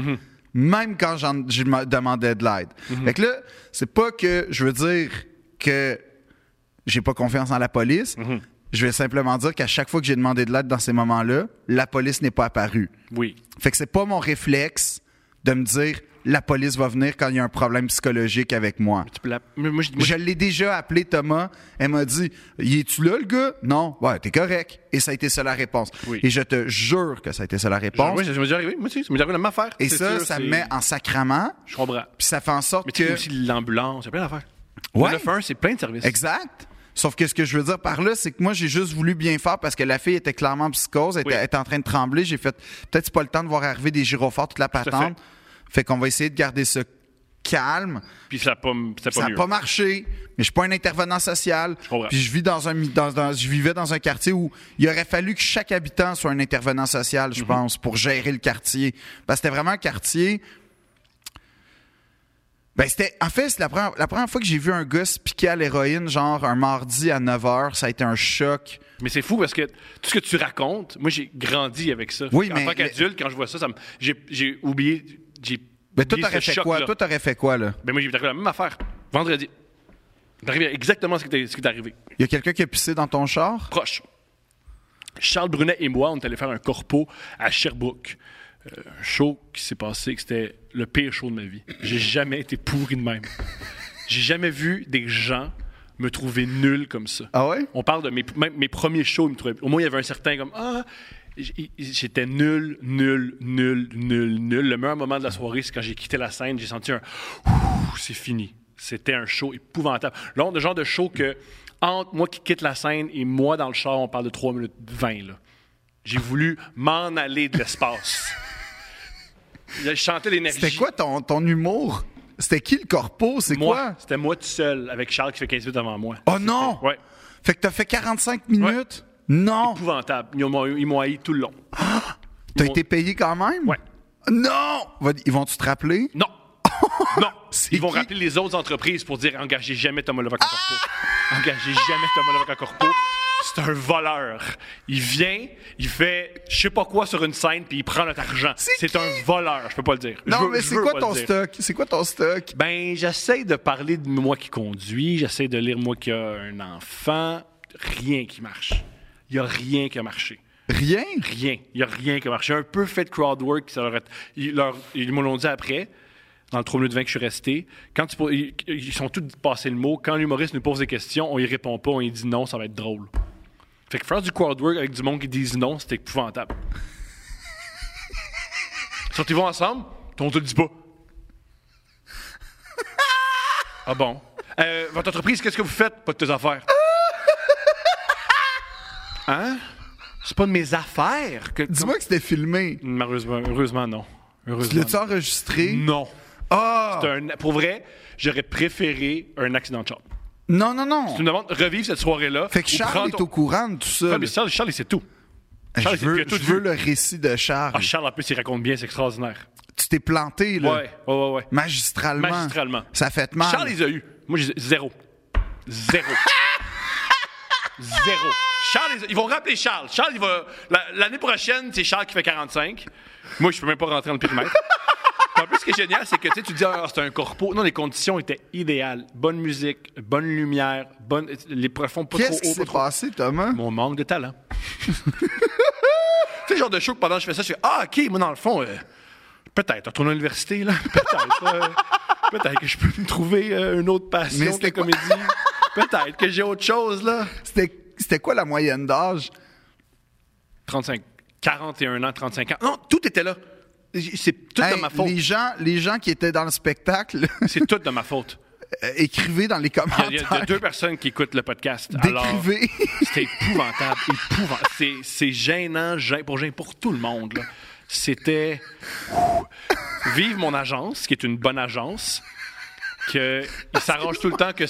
Même quand j'en- je me demandais de l'aide. Fait que là, c'est pas que je veux dire que j'ai pas confiance en la police. Je vais simplement dire qu'à chaque fois que j'ai demandé de l'aide dans ces moments-là, la police n'est pas apparue.
Oui.
Fait que c'est pas mon réflexe de me dire la police va venir quand il y a un problème psychologique avec moi.
Tu peux la- Moi, moi, je- moi,
Je l'ai déjà appelé Thomas. Elle m'a dit Y es-tu là, le gars Non. Ouais, t'es correct. Et ça a été ça la réponse.
Oui.
Et je te jure que ça a été ça la
je-
réponse.
moi, je- je me suis arrivé. Moi aussi, ça m'est arrivé la même affaire.
Et
C'est
ça,
sûr,
ça me
c'est-
met en sacrament.
Je comprends.
Puis ça fait en sorte
Mais tu sais
que.
aussi l'ambulance, il y a plein d'affaires.
Ouais.
Le 9-1, c'est plein de services.
Exact. Sauf que ce que je veux dire par là, c'est que moi, j'ai juste voulu bien faire parce que la fille était clairement en psychose, elle était,
Oui.
elle était en train de trembler. J'ai fait peut-être c'est pas le temps de voir arriver des gyrophares, toute la
fait.
patente. Fait qu'on va essayer de garder ça calme.
Puis ça n'a pas, c'était
Ça
pas
n'a
mieux.
pas marché, mais je suis pas un intervenant social.
comprends.
Puis je vis dans un mi- dans- dans- je vivais dans un quartier où il aurait fallu que chaque habitant soit un intervenant social,
Mhm.
je pense, pour gérer le quartier parce que c'était vraiment un quartier ben c'était en fait c'est la première, la première fois que j'ai vu un gars se piquer à l'héroïne genre un mardi à 9h, ça a été un choc.
Mais c'est fou parce que tout ce que tu racontes, moi j'ai grandi avec ça.
Oui,
en
mais-
tant qu'adulte, quand je vois ça, ça me- j'ai, j'ai oublié. J'ai
Ben toi
oublié
t'aurais
ce
fait
choc-là.
quoi Toi t'aurais fait quoi là
Ben moi j'ai eu la même affaire. Vendredi. T'es arrivé à exactement ce qui t'est, ce qui t'est arrivé.
Il y a quelqu'un qui a pissé dans ton char
Proche. Charles Brunet et moi, on est allés faire un corpo à Sherbrooke. Euh, un show qui s'est passé, que c'était le pire show de ma vie. J'ai jamais été pourri de même. J'ai jamais vu des gens me trouver nul comme ça.
Ah ouais
On parle de mes, même mes premiers shows, ils me trouvaient- au moins il y avait un certain comme ah j- j'étais nul, nul, nul, nul, nul. Le meilleur moment de la soirée, c'est quand j'ai quitté la scène, j'ai senti un Ouh, c'est fini. C'était un show épouvantable. Là, on a le genre de show que entre moi qui quitte la scène et moi dans le char, on parle de 3 minutes 20 là. J'ai voulu m'en aller de l'espace. Je chantais l'énergie.
C'était quoi ton, ton humour C'était qui le corpo C'est
Moi,
quoi
c'était moi tout seul avec Charles qui fait 15 minutes avant moi.
Oh non
Ouais.
Fait que t'as fait 45 minutes? Non!
Épouvantable. Ils m'ont ils m'ont haï tout le long.
T'as
ils m'ont-
été payé quand même?
Ouais.
Non! Va- Ils vont-tu te rappeler?
Non. non.
C'est
Ils vont
qui? Ah!
rappeler les autres entreprises pour dire engagez jamais Thomas Levac à Corpo. Engagez jamais Thomas Levac à Corpo. C'est un voleur. Il vient, il fait je sais pas quoi sur une scène puis il prend notre argent.
C'est
C'est
qui?
un voleur, je peux pas le dire. Je
Non,
veux-
mais
je
c'est
veux
quoi
pas
ton
le dire.
stock? C'est quoi ton stock?
Ben, j'essaie de parler de moi qui conduis, j'essaie de lire moi qui a un enfant, rien qui marche. Il y a rien qui a marché.
Rien?
rien. Il n'y a rien qui a marché. J'ai un peu fait de crowd work. Ça leur a- ils, leur- ils me l'ont dit après, dans le 3 minutes 20 que je suis resté. Quand tu poses- ils, ils sont tous passés le mot. Quand l'humoriste nous pose des questions, on y répond pas, on y dit non, ça va être drôle. Fait que faire du crowd work avec du monde qui disent non, c'était épouvantable. Sortez-vous ensemble, on te le dit pas. Ah bon? Euh, votre entreprise, qu'est-ce que vous faites? Pas de tes affaires. Hein? C'est pas de mes affaires que.
Dis-moi que c'était filmé.
Malheureusement, heureusement, non.
Tu
Heureusement.
l'as-tu enregistré?
non.
Ah!
C'est un- pour vrai, j'aurais préféré un accident de char.
Non, non, non.
Tu me demandes, revivre cette soirée-là.
Fait que
ou prends
Charles est
ton-
au courant de tout ça.
Ah, mais Charles, Charles, il sait tout.
Je
Charles, il a
veux,
tout
je veux
vu.
le récit de Charles.
Ah, Charles, en plus, il raconte bien, c'est extraordinaire.
Tu t'es planté, là.
Ouais, ouais, ouais. ouais.
Magistralement.
Magistralement.
Ça fait mal.
Charles, les a eu. Moi, j'ai zéro. Zéro. zéro. Charles, les a- ils vont rappeler Charles. Charles, il va. la- L'année prochaine, c'est Charles qui fait 45. Moi, je peux même pas rentrer dans le périmètre. En plus, ce qui est génial, c'est que tu sais, tu dis, ah, c'est un corpo. Non, les conditions étaient idéales. Bonne musique, bonne lumière, bonne... les plafonds pas trop
Qu'est-ce qui
hauts, pas
s'est
trop
passé, Thomas?
mon manque de talent. c'est le genre de show que pendant que je fais ça, je fais Ah, ok, moi, dans le fond, euh, peut-être, retourner à l'université, là. Peut-être. euh, peut-être que je peux me trouver euh, une autre passion
Mais
que la
c'était quoi?
comédie. peut-être que j'ai autre chose, là.
C'était c'était quoi la moyenne d'âge?
35, 41 ans, 35 ans. Non, tout était là. J- C'est tout
Hey,
de ma faute.
Les gens, les gens qui étaient dans le spectacle,
C'est tout de ma faute.
euh, écrivez dans les commentaires.
Il y a, il y a deux personnes qui écoutent le podcast. Alors,
Décrivez.
C'était épouvantable, épouvantable. C'est, c'est gênant, gê- pour, gênant pour tout le monde. là. C'était. Vive mon agence, qui est une bonne agence, que il s'arrange tout le temps que.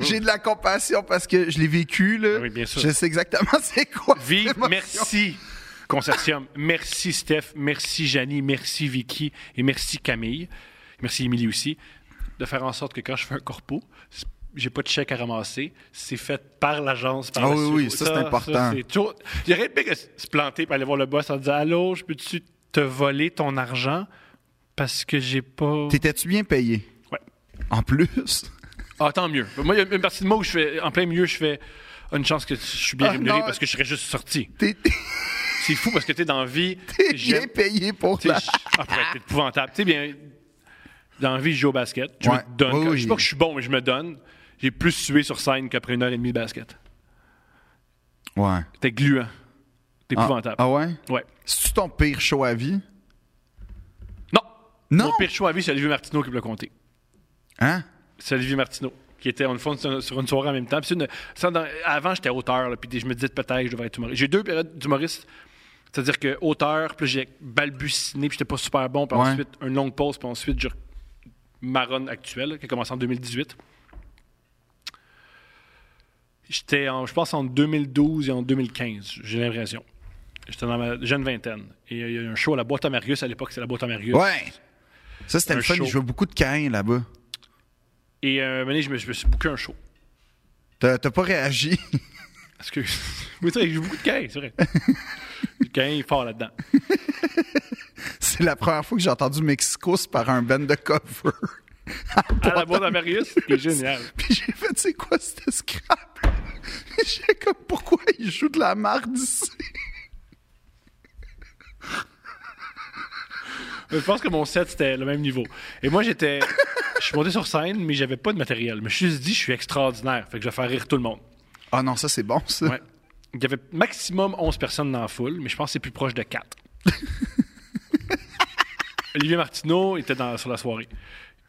J'ai de la compassion parce que je l'ai vécu, là.
Oui, bien sûr.
Je sais exactement c'est quoi.
Vive,
l'émotion.
merci, consortium. Merci, Steph. Merci, Janie. Merci, Vicky. Et merci, Camille. Merci, Émilie aussi. De faire en sorte que quand je fais un corpo, c'est- j'ai pas de chèque à ramasser. C'est fait par l'agence, par
Ah
le
oui,
CEO.
oui, ça, c'est important.
c'est tout. J'aurais aimé que se planter pour aller voir le boss en disant Allô, je peux-tu te voler ton argent parce que j'ai pas.
T'étais-tu bien payé?
Ouais.
En plus.
Ah, tant mieux. Moi, il y a une partie de moi où je fais, en plein milieu, je fais Ah, une chance que je suis bien
Ah,
rémunéré
non.
parce que je serais juste sorti.
T'es
C'est fou parce que tu es dans la vie.
t'es
j'aime-
bien payé pour
Tu sais,
ça.
je- Ah, pour être épouvantable. Tu sais, bien. Dans la vie, je joue au basket. Je
Ouais.
me donne.
Oui,
quand-
oui.
Je sais pas que je suis bon, mais je me donne. J'ai plus sué sur scène qu'après une heure et demie de basket.
Ouais.
T'es gluant. T'es
Ah,
épouvantable.
ah ouais?
Ouais.
C'est-tu ton pire show à vie?
Non!
Non?
Mon pire choix à vie, c'est Olivier Martineau qui me l'a compté.
Hein?
C'est Olivier Martineau, qui était une fois sur sur une soirée en même temps. Puis c'est une- ça, dans- avant, j'étais auteur, là, puis je me disais peut-être que je devrais être humoriste. J'ai deux périodes d'humoriste. C'est-à-dire que auteur, puis là, j'ai balbutiné, puis j'étais pas super bon, puis
Ouais.
ensuite, une longue pause, puis ensuite, je marronne actuelle, là, qui a commencé en 2018. J'étais, en- je pense, en 2012 et en 2015, j'ai l'impression. J'étais dans ma jeune vingtaine. Et il y a eu un show à la boîte à Marius, à l'époque, c'était la boîte à Marius.
Ouais! Ça, c'était
Un
le fun.
show.
Je vois beaucoup de Caïn là-bas.
Et euh, un moment donné, je me, je me suis booké un show.
T'as t'as pas réagi.
Parce que. Oui, c'est vrai, j'ai beaucoup de cailles, c'est vrai. Le caïn est fort là-dedans.
C'est la première fois que j'ai entendu Mexico c'est par un band de cover.
À la boîte à Marius, qui est génial.
Puis j'ai fait, c'est quoi ce scrap? Puis j'ai comme, pourquoi ils jouent de la marde ici?
Je pense que mon set, c'était le même niveau. Et moi, j'étais. Je suis monté sur scène, mais j'avais pas de matériel. Mais je me suis dit, je suis extraordinaire. Fait que je vais faire rire tout le monde.
Ah non, ça, c'est bon, ça.
Ouais. Il y avait maximum 11 personnes dans la foule, mais je pense que c'est plus proche de 4. Olivier Martineau était dans, sur la soirée.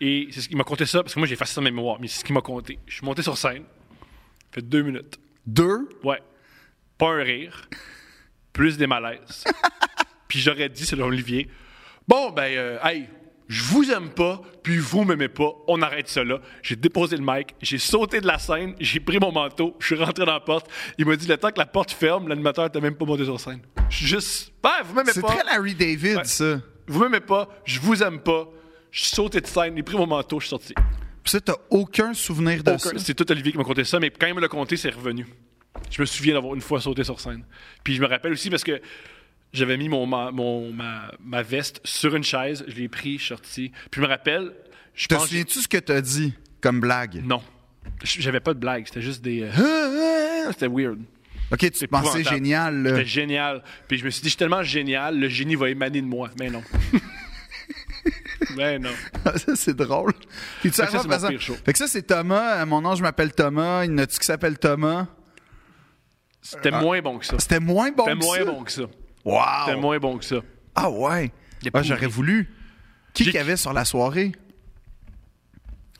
Et c'est ce qui m'a compté ça, parce que moi, j'ai effacé ça de ma mémoire, mais c'est ce qui m'a compté. Je suis monté sur scène. fait deux minutes.
Deux?
Ouais. Pas un rire, plus des malaises. puis j'aurais dit, selon Olivier, bon, ben, euh, hey, je vous aime pas, puis vous m'aimez pas, on arrête cela. J'ai déposé le mic, j'ai sauté de la scène, j'ai pris mon manteau, je suis rentré dans la porte. Il m'a dit, le temps que la porte ferme, l'animateur était même pas monté sur scène. Je suis juste, ben, vous m'aimez
C'est
pas,
très Larry David,
Ouais.
ça.
vous m'aimez pas, je vous aime pas. Je suis sauté de scène, j'ai pris mon manteau, je suis sorti.
Puis ça, t'as aucun souvenir de
Aucun-
ça.
C'est tout Olivier qui m'a conté ça, mais quand il me l'a conté, c'est revenu. Je me souviens d'avoir une fois sauté sur scène. Puis je me rappelle aussi parce que j'avais mis mon, ma, mon- ma- ma veste sur une chaise, je l'ai pris, je suis sorti. Puis je me rappelle, je
Te
pense. que-
souviens-tu ce que t'as dit comme blague?
Non. J- J'avais pas de blague, c'était juste des.
Hein,
euh, C'était weird.
Ok, tu te pensais
épouvantable.
génial, là.
C'était génial. Puis je me suis dit, je suis tellement génial, le génie va émaner de moi. Mais non. ben non.
ça, c'est drôle.
Fait
Puis tu
que ça,
arrives
c'est
en
mon
faisant-
pire show.
Fait que ça, c'est Thomas. Euh, Mon nom, je m'appelle Thomas. Il y en a-tu qui s'appelle Thomas?
C'était moins bon que ça.
C'était moins Ah. bon
C'était
que
moins
ça.
bon que ça.
Wow!
C'était moins bon que ça.
Ah ouais!
est
Ah,
pourri.
j'aurais voulu. Qui
J'ai-
qu'il y avait sur la soirée?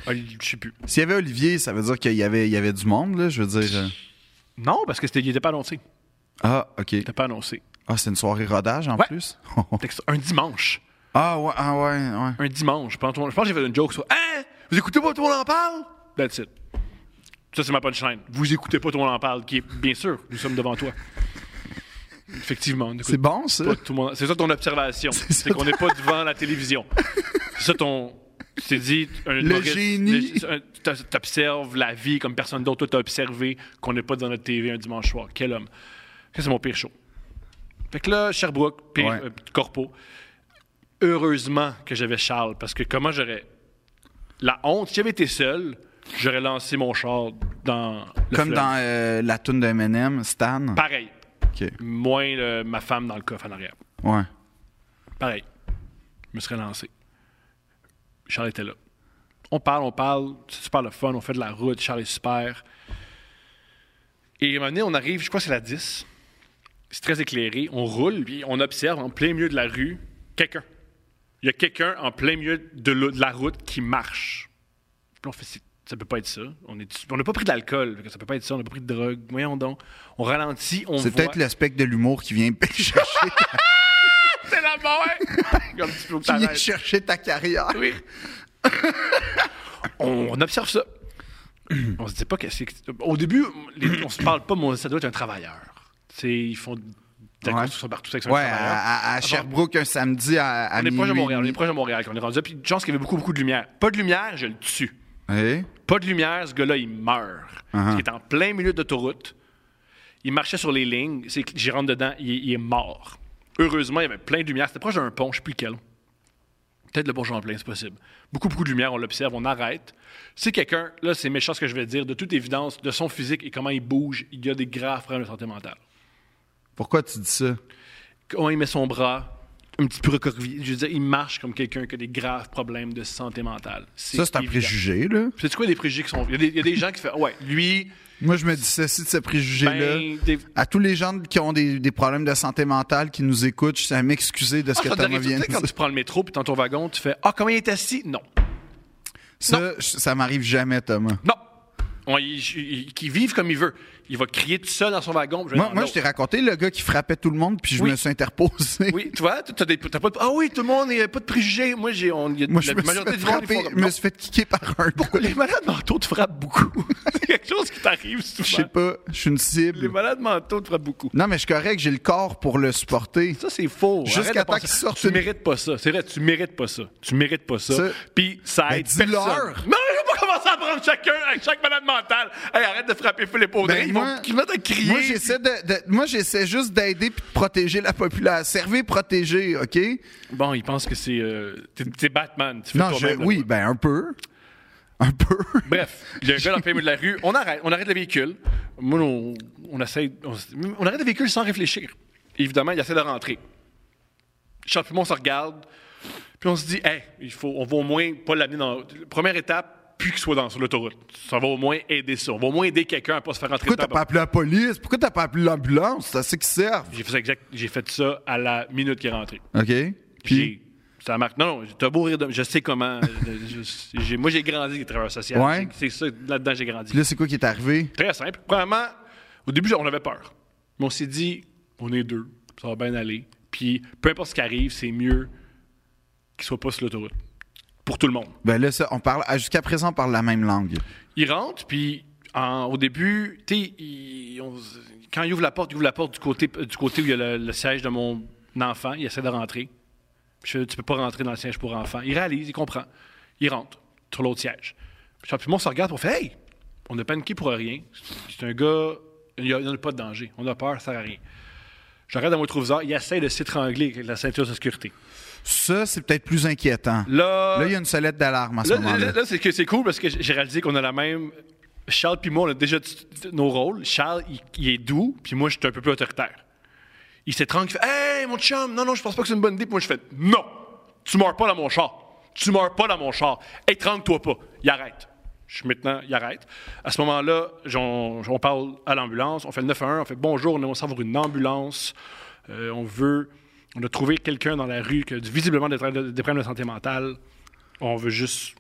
Ah, Je sais plus.
S'il y avait Olivier, ça veut dire qu'il y avait, il y avait du monde, là, je veux dire. euh.
Non, parce que c'était, il était pas annoncé.
Ah, OK.
C'était pas annoncé.
Ah, c'est une soirée rodage, en
Ouais.
plus?
Fait que c'est Un dimanche.
ah ouais, ah ouais, ouais.
Un dimanche. Je pense, je pense que j'ai fait une joke sur Hein? Vous écoutez pas, tout le monde en parle? That's it. Ça, c'est ma punchline. Vous écoutez pas, tout le monde en parle, qui est bien sûr, nous sommes devant toi. Effectivement, on
C'est
écoute
bon, ça?
pas tout le monde. C'est ça ton observation. C'est
ça.
qu'on n'est pas devant la télévision. C'est ça ton. Tu t'es dit. Un humoriste-
génie.
le- un- t'as- T'observes la vie comme personne d'autre. Toi, t'as observé qu'on n'est pas devant notre TV un dimanche soir. Quel homme. Ça, c'est mon pire show. Fait que là, Sherbrooke, pire
Ouais.
euh, corpo. Heureusement que j'avais Charles, parce que comment j'aurais. La honte, si j'avais été seul, j'aurais lancé mon char dans le
Comme
fleuve.
dans euh, la toune de M&M, Stan.
Pareil.
OK.
Moins le- ma femme dans le coffre en arrière.
Ouais.
Pareil. Je me serais lancé. Charles était là. On parle, on parle. C'est super le fun. On fait de la route. Charles est super. Et à un moment donné, on arrive, je crois que c'est la 10. C'est très éclairé. On roule, puis on observe en plein milieu de la rue quelqu'un. Il y a quelqu'un en plein milieu de, la- de la route qui marche. Puis on fait, C'est- ça peut pas être ça. On est- on n'a pas pris d'alcool. fait que Ça peut pas être ça. On n'a pas pris de drogue. Voyons donc. On ralentit, on
C'est
voit.
peut-être le spectre de l'humour qui vient chercher,
C'est la mort! Comme tu peux
qui vient chercher ta carrière.
Oui. on observe ça.
Hmm.
on se dit pas que c'est. Au début, les- on se parle pas, mais on- ça doit être un travailleur. Tu sais, ils font de la
Ouais.
construction partout, c'est un
Ouais,
travailleur.
à, à- à Sherbrooke un samedi à, à
on est
minuit.
proche de Montréal, on est proche de Montréal qu'on est rendu là. Puis, chance qu'il y avait beaucoup, beaucoup de lumière. Pas de lumière, je le tue.
Eh?
Pas de lumière, ce gars-là, il meurt.
Uh-huh.
Il est en plein milieu d'autoroute. Il marchait sur les lignes. C'est que j'y rentre dedans, il, est- il est mort. Heureusement, il y avait plein de lumière. C'était proche d'un pont, je sais plus lequel. Peut-être le bourgeon en plein, c'est possible. Beaucoup, beaucoup de lumière, on l'observe, on arrête. C'est quelqu'un, là, c'est méchant ce que je vais dire, de toute évidence, de son physique et comment il bouge, il y a des graves problèmes de santé mentale.
Pourquoi tu dis ça?
Comment il met son bras, un petit peu recorvi. Je veux dire, il marche comme quelqu'un qui a des graves problèmes de santé mentale.
Ça, c'est un
évident.
préjugé, là.
C'est quoi des préjugés qui sont. Il y a des, il y a des gens qui font. Ouais, lui.
Moi, je me dis ceci de ce préjugé-là.
Ben, des-
À tous les gens qui ont des, des problèmes de santé mentale qui nous écoutent, je tiens à m'excuser de ce
Ah,
que
ça
Thomas
t'arrive, tu
vient de
sais, quand
dire.
tu prends le métro puis dans ton wagon, tu fais Ah, comment il est assis Non.
Ça, je- ça m'arrive jamais, Thomas.
Non. On- il- il- il- Qu'il vive comme il veut. Il va crier tout seul dans son wagon. puis je vais
Moi,
dans
moi, je
l'autre.
t'ai raconté le gars qui frappait tout le monde, puis je
Oui.
me suis interposé.
Oui, tu vois, t'as des- t'as pas de. Ah oui, tout le monde, il n'y a pas de préjugés. Moi, j'ai. on- il y a-
Moi,
la
je me suis
majorité
fait
du monde, ils font
frapper,
comme,
me
Non.
suis fait kicker par un gars.
Les malades mentaux te frappent beaucoup. C'est quelque chose qui t'arrive
Je
souvent.
sais pas, je suis une
Les
cible.
malades mentaux te frappent beaucoup.
Non, mais je suis correct, j'ai le corps pour le supporter.
Ça, c'est faux.
Jusqu'à
Arrête de
temps
penser-
qu'ils sortent
Tu
une-
mérites pas ça. C'est vrai, tu mérites pas ça. Tu mérites pas ça.
Ça-
Puis ça
Ben,
aide personne.
dis-leur.
Non, je vais pas commencer à prendre chacun, avec chaque malade mental. Hey, arrête de frapper Phil les pauvres.
Ben,
ils
moi-
vont ils vont te crier.
Moi, j'essaie de, de- moi, j'essaie juste d'aider puis de protéger la population. Servir, protéger, OK?
Bon, ils pensent que c'est euh, t'es- t'es Batman. Tu fais
Non,
toi-même,
je,
là.
oui, ben un peu. Un peu.
Bref, le gars dans le plein milieu de la rue, on arrête, on arrête le véhicule. Moi, on, on essaie, on, on arrête le véhicule sans réfléchir. Évidemment, il essaie de rentrer. Charles Pimon se regarde, puis on se dit, hey, il faut, on va au moins pas l'amener dans. Première étape, puis qu'il soit dans sur l'autoroute. Ça va au moins aider ça. On va au moins aider quelqu'un à pas se faire rentrer
Pourquoi
dedans.
t'as pas appelé la police? Pourquoi t'as pas appelé l'ambulance? Ça c'est qui servent.
J'ai fait ça exact, j'ai fait ça à la minute qu'il est rentré.
OK? Puis,
J'ai- Ça marque. Non, non, t'as beau rire de Je sais comment. je- je- j'ai- moi, j'ai grandi avec les travailleurs sociaux.
Ouais.
C'est c'est ça, là-dedans, j'ai grandi.
puis là, c'est quoi qui est arrivé?
Très simple. Premièrement, au début, on avait peur. Mais on s'est dit, on est deux, ça va bien aller. Puis peu importe ce qui arrive, c'est mieux qu'il soit pas sur l'autoroute. Pour tout le monde.
Ben là, ça, on parle, ah, jusqu'à présent, on parle la même langue.
Il rentre, puis en- au début, tu sais, il- on s- quand il ouvre la porte, il ouvre la porte du côté, du côté où il y a le, le siège de mon enfant. Il essaie de rentrer. Je fais, tu peux pas rentrer dans le siège pour enfants. Il réalise, il comprend. Il rentre sur l'autre siège. Puis Champimon se regarde pour fait Hey, on a paniqué pour rien. C'est un gars, il n'y en a pas de danger. On a peur, ça sert à rien. Je regarde dans mon trouviseur, il essaie de s'étrangler avec la ceinture de sécurité.
Ça, c'est peut-être plus inquiétant.
Là,
Là, il y a une sonnette d'alarme à ce
Là, là,
moment-là.
là, c'est que c'est cool parce que j'ai réalisé qu'on a la même. Charles puis moi, on a déjà dit nos rôles. Charles, il, il est doux, puis moi, je suis un peu plus autoritaire. Il s'étrangle, il fait Hey, mon chum, non, non, je pense pas que c'est une bonne idée. Puis moi, je fais Non, tu meurs pas dans mon char. Tu meurs pas dans mon char. Étrangle-toi pas. Il arrête. Je suis maintenant, il arrête. À ce moment-là, j'en- on, parle à l'ambulance, on fait le 911, on fait Bonjour, on aimerait savoir une ambulance. Euh, on veut. On a trouvé quelqu'un dans la rue qui a visiblement des problèmes de- des problèmes de santé mentale. On veut juste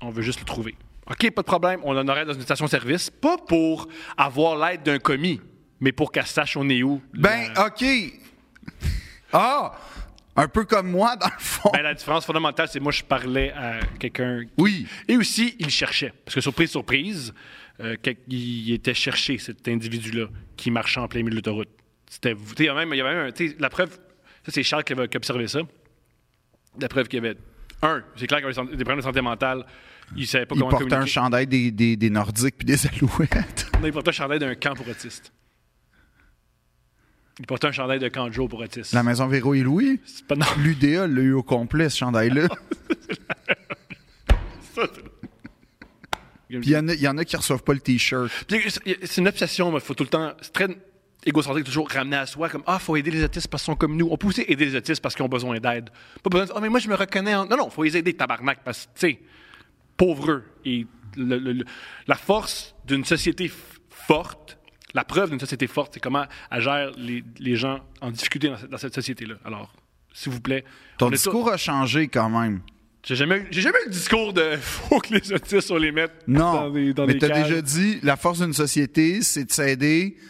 on veut juste le trouver. OK, pas de problème, on en aurait dans une station-service, pas pour avoir l'aide d'un commis, mais pour qu'elle sache on est où.
Ben,
la,
OK. Ah! Un peu comme moi, dans le fond.
Ben, la différence fondamentale, c'est moi, je parlais à quelqu'un.
oui.
Et aussi, il cherchait. Parce que surprise, surprise, euh, quel- il était cherché, cet individu-là, qui marchait en plein milieu de l'autoroute. C'était. tu sais, Il y a même, il y a même un- tu sais, la preuve, ça, c'est Charles qui avait qui observé ça. La preuve qu'il y avait. Un, c'est clair qu'il avait des problèmes de santé mentale. Il savait pas
Il
comment
portait un
communiquer.
chandail des, des, des Nordiques puis des Alouettes.
Non, il portait un chandail d'un camp pour autistes. Il portait un chandail de camp de jour pour autistes.
La maison Véro et Louis.
C'est pas non,
L'UDA l'a eu au complet, ce chandail-là.
ça, c'est-
Puis il y en a- il y, en a qui reçoivent pas le T-shirt.
Puis c'est- C'est une obsession, il faut tout le temps. C'est très égocentrique, toujours ramener à soi, comme Ah, faut aider les autistes parce qu'ils sont comme nous. On peut aussi aider les autistes parce qu'ils ont besoin d'aide. Pas besoin de Ah, mais moi, je me reconnais. en- Non, non, faut les aider, tabarnak, parce que, tu sais, pauvreux. Et le- le- le- la force d'une société f- forte, la preuve d'une société forte, c'est comment elle gère les, les gens en difficulté dans cette, dans cette société-là. Alors, s'il vous plaît.
Ton
on est tous-
discours a changé quand même.
J'ai jamais, eu- j'ai jamais eu le discours de faut que les autistes, on les mette dans
Non,
des, dans
mais
des
t'as
cages.
déjà dit, la force d'une société, c'est de s'aider, tu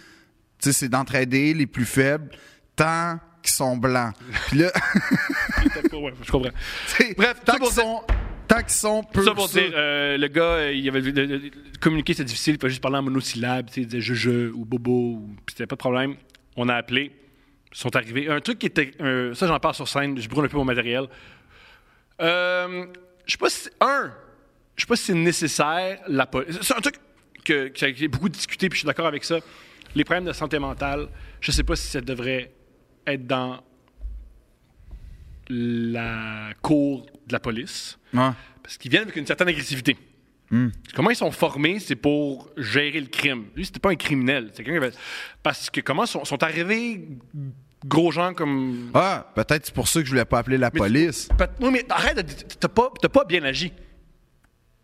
sais, c'est d'entraider les plus faibles, tant qu'ils sont blancs. Puis là,
Ouais, je comprends.
tu sais,
Bref,
tant
ça pour
qu'ils
dire-
sont, tant qu'ils sont peu
Ça pour
sûrs.
dire, euh, le gars, euh, il avait le- le- le- communiquer, c'était difficile, il fallait juste parler en monosyllabe, tu sais, il disait je-je ou bobo, ou, puis c'était pas de problème. On a appelé, ils sont arrivés. Un truc qui était, un- ça j'en parle sur scène, je brûle un peu mon matériel. Euh, je sais pas si, un, je sais pas si c'est nécessaire, la po- c'est un truc que, que j'ai beaucoup discuté, puis je suis d'accord avec ça. Les problèmes de santé mentale, je sais pas si ça devrait être dans la cour de la police.
Ouais.
Parce qu'ils viennent avec une certaine agressivité.
Hmm.
Comment ils sont formés, c'est pour gérer le crime. Lui, c'était pas un criminel. C'est quelqu'un qui avait- Parce que comment sont, sont arrivés gros gens comme.
Ah, peut-être c'est pour ça que je voulais pas appeler la police.
Pat- Oui, mais arrête, de- t'as pas, t'as pas bien agi.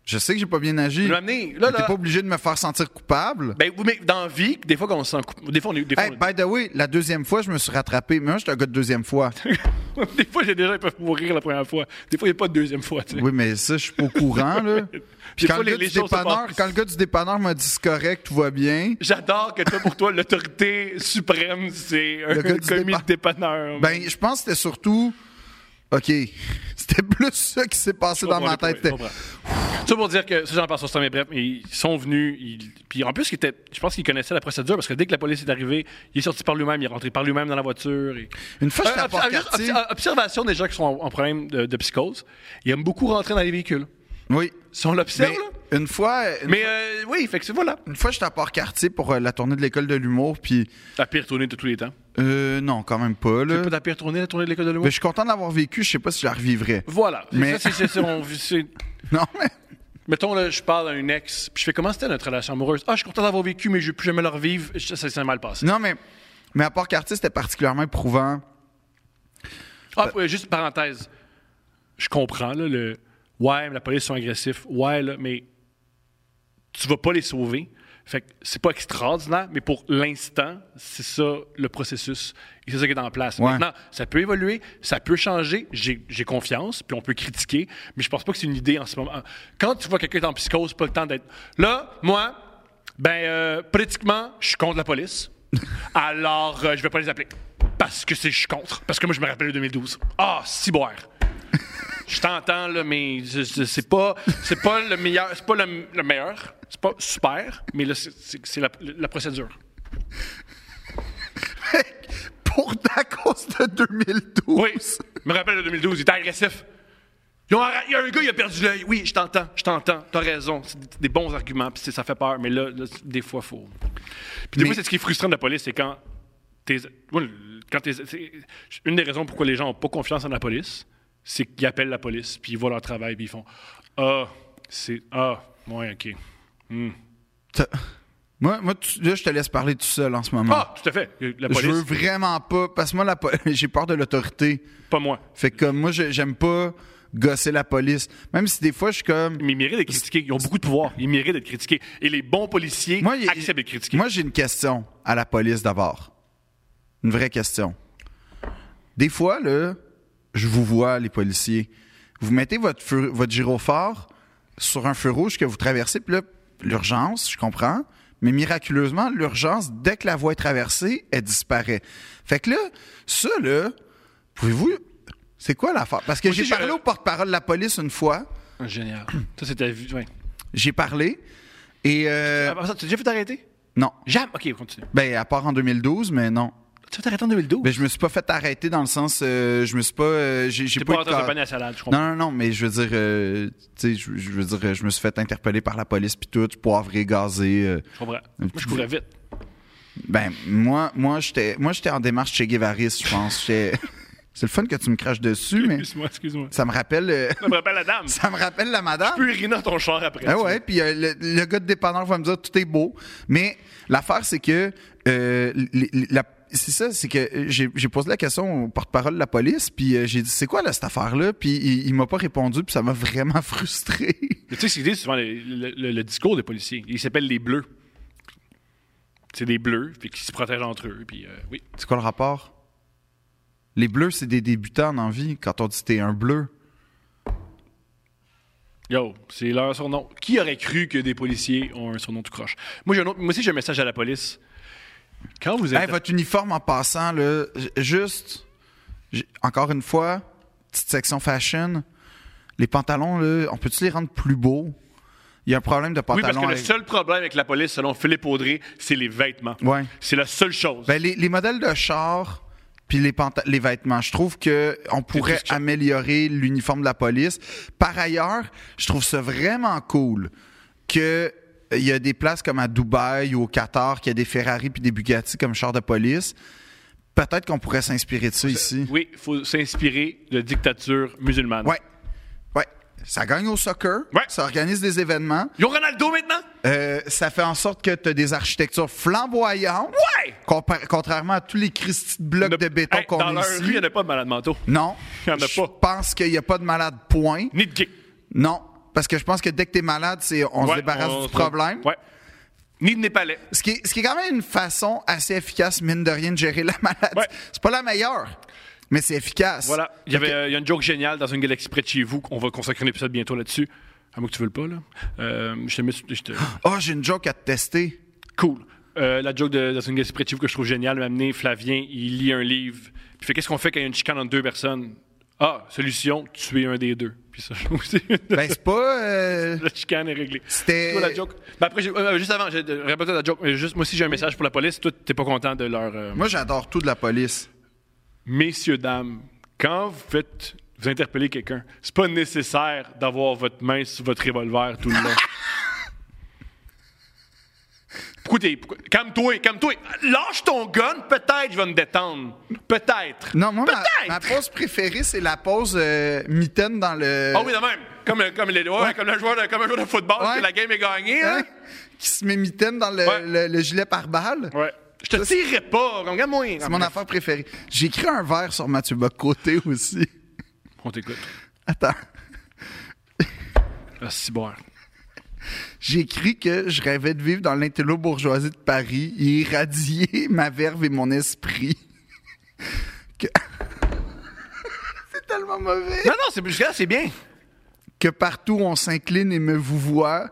Je sais que j'ai pas bien agi.
Je l'ai amené, là,
Mais T'es
là.
pas obligé de me faire sentir coupable.
Ben oui, mais dans la vie, des fois qu'on s'en coupe. Des fois, on est. Des fois,
Hey,
on-
by the way, la deuxième fois, je me suis rattrapé. Mais moi, j'étais un gars de deuxième fois.
des fois, j'ai déjà, ils peuvent mourir la première fois. Des fois, il n'y a pas de deuxième fois, tu sais.
Oui, mais ça, je suis pas au courant, là. Puis
Des
quand,
fois, les-
le gars
les
du
choses se
dépanneur,
passent.
quand le gars du dépanneur m'a dit c'est correct, tout va bien,
J'adore que toi, pour toi, l'autorité suprême, c'est un
Le gars du
commis
dépa-
de dépanneur.
ben, je pense que c'était surtout. OK. C'était plus ça qui s'est passé dans ma tête. C'était-
Ça pour dire que, ça, j'en parle sur ça, mais bref, ils sont venus. ils- Puis en plus, ils étaient- je pense qu'ils connaissaient la procédure parce que dès que la police est arrivée, il est sorti par lui-même, il est rentré par lui-même dans la voiture. et-
Une fois, j'étais
Euh,
à
obs- obs-
Port-Cartier.
obs- observation des gens qui sont en, en problème de, de psychose. Ils aiment beaucoup rentrer dans les véhicules.
Oui.
Si on l'observe,
Mais
là.
une fois, une,
Mais euh, oui, fait que c'est voilà.
une fois, j'étais à Port-Cartier pour euh, la tournée de l'école de l'humour, puis.
La pire tournée de tous les temps.
euh, non, quand même pas, là.
C'est pas ta pire tournée, la tournée de l'école de
Mais
l'humour?
je suis content de l'avoir vécu, je sais pas si je la revivrai.
Voilà. Mais...
Mais-
Ça, c'est- c'est- c'est- on- c'est-
Non, mais.
Mettons, là, je parle à une ex, puis je fais comment c'était notre relation amoureuse? Ah, je suis content d'avoir vécu, mais je ne vais plus jamais le revivre. Je- Ça s'est mal passé.
Non, mais. Mais à Port-Cartier, c'était particulièrement éprouvant.
Ah, ouais, juste parenthèse. Je comprends, là, le. Ouais, mais la police sont agressifs. Ouais, là, mais. Tu vas pas les sauver. Fait que c'est pas extraordinaire, mais pour l'instant, c'est ça le processus. Et c'est ça qui est en place.
Ouais.
Maintenant, ça peut évoluer, ça peut changer. J'ai j'ai confiance, puis on peut critiquer, mais je pense pas que c'est une idée en ce moment. Quand tu vois quelqu'un qui est en psychose, pas le temps d'être. Là, moi, ben, euh, politiquement, je suis contre la police. Alors, euh, je vais pas les appeler. Parce que c'est je suis contre. Parce que moi, je me rappelle de 2012. Ah, ciboire. Je t'entends, là, mais je- je- c'est pas, c'est pas le meilleur. C'est pas le, le meilleur. C'est pas super, mais là, c'est- c'est c'est la, la procédure.
Pour ta cause de 2012.
Oui, je me rappelle de 2012, il était agressif. Ils ont arra- Il y a un gars, il a perdu l'œil. Oui, je t'entends, je t'entends, t'as raison. C'est des- des bons arguments, puis c'est- ça fait peur, mais là, là, c'est- des fois, faut. Puis des
Mais-
fois, c'est ce qui est frustrant de la police, c'est quand t'es. ouais, le- Quand t'es- c'est- une des raisons pourquoi les gens n'ont pas confiance en la police, c'est qu'ils appellent la police, puis ils voient leur travail, puis ils font Ah, c'est. Ah, ouais, ok.
T'as- Moi, moi tu- là, je te laisse parler tout seul en ce moment.
Ah, tout à fait. La
je
police,
veux vraiment pas. Parce que moi, la po- j'ai peur de l'autorité.
pas moi.
Fait que comme moi, je- j'aime pas gosser la police. Même si des fois, je suis comme.
Mais ils méritent d'être critiqués. Ils ont beaucoup de pouvoir. Ils méritent d'être critiqués. Et les bons policiers
Moi, il-
acceptent d'être critiqués.
moi, j'ai une question à la police d'abord. Une vraie question. Des fois, là, je vous vois, les policiers. Vous mettez votre, feu- votre gyrophare sur un feu rouge que vous traversez, puis là, l'urgence, je comprends. Mais miraculeusement, l'urgence, dès que la voie est traversée, elle disparaît. Fait que là, ça, là, pouvez-vous. C'est quoi l'affaire? Parce que
Moi
j'ai
aussi,
parlé
j'aurais-
au porte-parole de la police une fois.
Génial. Ça, c'est ta vie. Ouais.
J'ai parlé. Et. euh,
Après ça, tu as déjà fait t'arrêter?
non.
Jamais. OK, continue.
Ben, à part en 2012, mais non.
Tu fait t'arrêter en 2012?
Ben, je me suis pas fait arrêter dans le sens. euh, je me suis pas. euh, j'ai, j'ai
T'es
pas,
pas en
eu de
train de
cas-
panier à salade, je comprends.
Non, non, non, mais je veux dire. euh, tu sais, je, je veux dire, euh, je me suis fait interpeller par la police, puis tout, poivré, gazé. euh.
Je comprends.
Un
Moi,
petit
je courais vite.
Ben, moi, moi, j'étais, moi, j'étais en démarche chez Guévaris, je pense. J'étais- C'est le fun que tu me craches dessus, mais
Excuse-moi, excuse-moi.
ça me rappelle. euh,
Ça me rappelle la dame.
ça me rappelle la madame.
Tu peux uriner dans ton char après.
Ah ouais, puis euh, le, le gars de dépanneur va me dire tout est beau, mais l'affaire c'est que euh, l- l- la- c'est ça, c'est que euh, j'ai j'ai posé la question au porte-parole de la police, puis euh, j'ai dit c'est quoi là, cette affaire-là, puis il, il m'a pas répondu, puis ça m'a vraiment frustré.
Mais tu sais, c'est que c'est souvent le, le- le- le discours des policiers. Ils s'appellent les bleus. C'est des bleus, puis qui se protègent entre eux. Puis, euh, oui.
C'est quoi le rapport Les bleus c'est des débutants en vie. Quand on dit t'es un bleu,
Yo, c'est leur surnom. Qui aurait cru que des policiers ont un surnom tout croche? Moi, j'ai un autre- moi aussi, j'ai un message à la police. Quand vous êtes.
Hey, Eh, votre uniforme en passant là, j- juste j- encore une fois petite section fashion, les pantalons là, on peut-tu les rendre plus beaux il y a un problème de
Oui,
pantalon.
parce que le
avec-
seul problème avec la police, selon Philippe Audrey, c'est les vêtements.
Ouais.
C'est la seule chose.
Ben, les, les modèles de char puis les, panta- les vêtements, je trouve que on pourrait
tout ce que-
améliorer l'uniforme de la police. Par ailleurs, je trouve ça vraiment cool que euh, il y a des places comme à Dubaï ou au Qatar qu'il y a des Ferrari puis des Bugatti comme char de police. Peut-être qu'on pourrait s'inspirer de ça ici.
Oui, il faut s'inspirer de dictature musulmane.
Ouais. Ouais. Ça gagne au soccer,
Ouais.
ça organise des événements.
Ils ont Ronaldo maintenant?
Euh, ça fait en sorte que tu as des architectures flamboyantes.
Ouais!
Compa- contrairement à tous les Christy de blocs
Ne-
de béton
Hey,
qu'on
Dans
a
leur
ici.
rue, il n'y en a pas de malades mentaux.
Non.
Il y en a
je
pas.
pense qu'il n'y a pas de malade, point.
Ni de gays.
Non. Parce que je pense que dès que tu es malade, c'est on se
Ouais,
débarrasse
on
du
se-
problème.
Ouais. Ni de Népalais.
Ce, qui est, ce qui est quand même une façon assez efficace, mine de rien, de gérer la maladie.
Ouais.
C'est pas la meilleure, mais c'est efficace.
Voilà. Il y, avait, euh, il y a une joke géniale dans une galaxie près de chez vous. On va consacrer un épisode bientôt là-dessus. À moins que tu veux le pas, là. Euh, je te mets. sur- je te-
Oh, j'ai une joke à te tester.
Cool. Euh, la joke de, dans une galaxie près de chez vous que je trouve géniale m'a amené Flavien. Il lit un livre. Puis il fait qu'est-ce qu'on fait quand il y a une chicane entre deux personnes Ah, solution, tuer un des deux. Puis ça, je trouve que c'est-
Ben, c'est pas. euh,
La chicane est réglée.
C'était-
Toi, la joke. Ben après, j'ai- euh, juste avant, j'ai euh, répété la joke. mais Juste, moi aussi, j'ai un message pour la police. Toi, t'es pas content de leur. euh,
Moi, j'adore tout de la police.
Messieurs, dames, quand vous faites. Vous interpellez quelqu'un, c'est pas nécessaire d'avoir votre main sur votre revolver tout le long. pourquoi t'es. pourquoi- Calme-toi, calme-toi. Lâche ton gun, peut-être je vais me détendre. Peut-être.
Non, moi, ma,
Peut-être.
ma pause préférée, c'est la pause euh, mitaine dans le.
Ah oui, de même. Comme, le- comme, les, ouais, comme, le joueur de, comme un joueur de football,
Ouais.
que la game est gagnée.
Hein?
hein.
Qui se met mitaine dans le,
Ouais.
le- le gilet par balle.
Ouais. Je te tirerai pas. Regarde-moi.
C'est mon affaire préférée. J'ai écrit un verre sur Mathieu Bocoté aussi.
On t'écoute.
Attends.
Ah, c'est bon.
J'ai écrit que je rêvais de vivre dans l'intello-bourgeoisie de Paris et irradier ma verve et mon esprit. Que- C'est tellement mauvais.
Non, non, c'est jusque-là, c'est bien.
Que partout où on s'incline et me vouvoie,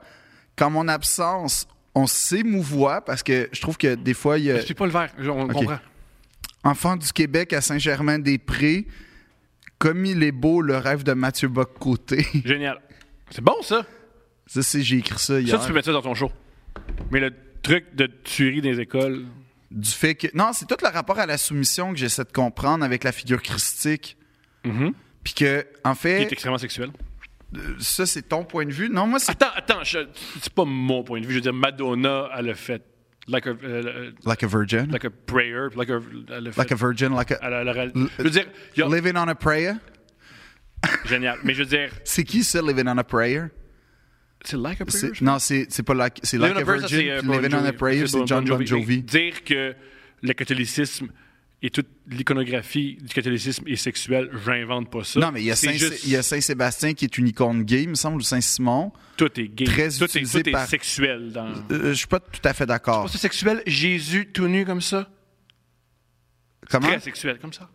qu'en mon absence, on s'émouvoie parce que je trouve que des fois, il y a.
Suis pas le verre. On comprend.
Enfant du Québec à Saint-Germain-des-Prés, comme il est beau le rêve de Mathieu Bock-Côté.
Génial. C'est bon, ça.
Ça, c'est, j'ai écrit ça
Ça,
hier.
tu peux mettre ça dans ton show. Mais le truc de tuerie des écoles.
Du fait que. Non, c'est tout le rapport à la soumission que j'essaie de comprendre avec la figure christique. Puis que, en
Mm-hmm. qui est
fait,
extrêmement sexuel.
euh, ça, c'est ton point de vue. Non, moi, c'est.
Attends, attends, je- c'est pas mon point de vue. Je veux dire, Madonna, elle a fait like a, euh,
Like a virgin. Like,
like a prayer, puis like a, elle a fait.
a virgin, like a.
elle a- elle a- je veux dire, il y a-
Living on a prayer.
génial. Mais je veux dire,
C'est qui ça, Living on a prayer?
c'est like a prayer.
C'est- non, c'est, c'est pas like. C'est like
Living
a
on a Prayer, ça,
virgin.
euh,
puis
Bon
Living on a
Jovi.
prayer, c'est John Bon
Mais
Jovi.
Dire que le catholicisme et toute l'iconographie du catholicisme est sexuelle, j'invente pas ça.
Non, mais il y a
C'est
Saint-
juste-
il y a Saint-Sébastien qui est une icône gay, il me semble, ou Saint-Simon.
Tout est gay.
très
tout est,
utilisé
tout est
par-
sexuel dans.
Euh, je suis pas tout à fait
Pas
d'accord.
ça sexuel, Jésus tout nu comme ça. Hein?
Comment?
Très sexuel, comme ça.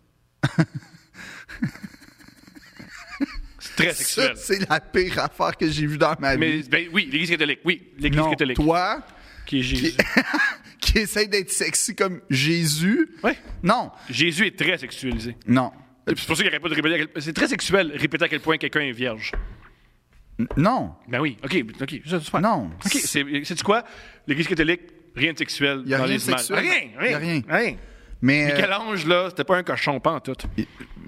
c'est très
Ça,
sexuel.
c'est la pire affaire que j'ai vue dans ma vie.
Mais ben, oui, l'Église catholique, oui, l'Église
non,
catholique,
toi
qui est Jésus.
qui essaye d'être sexy comme Jésus.
Ouais.
Non,
Jésus est très sexualisé.
non,
Et puis, C'est pour ça qu'il arrête pas de répéter. à quel- C'est très sexuel, répéter à quel point quelqu'un est vierge.
non.
Ben oui, ok, ok, ça, super.
Non.
Ok, c'est sais-tu quoi? L'Église catholique, rien de sexuel
Y a
dans
rien
les
de
images.
sexuel.
Rien,
Y
rien,
a rien.
rien.
Mais euh,
Michel-Ange, là, c'était pas un cochon, pas en tout.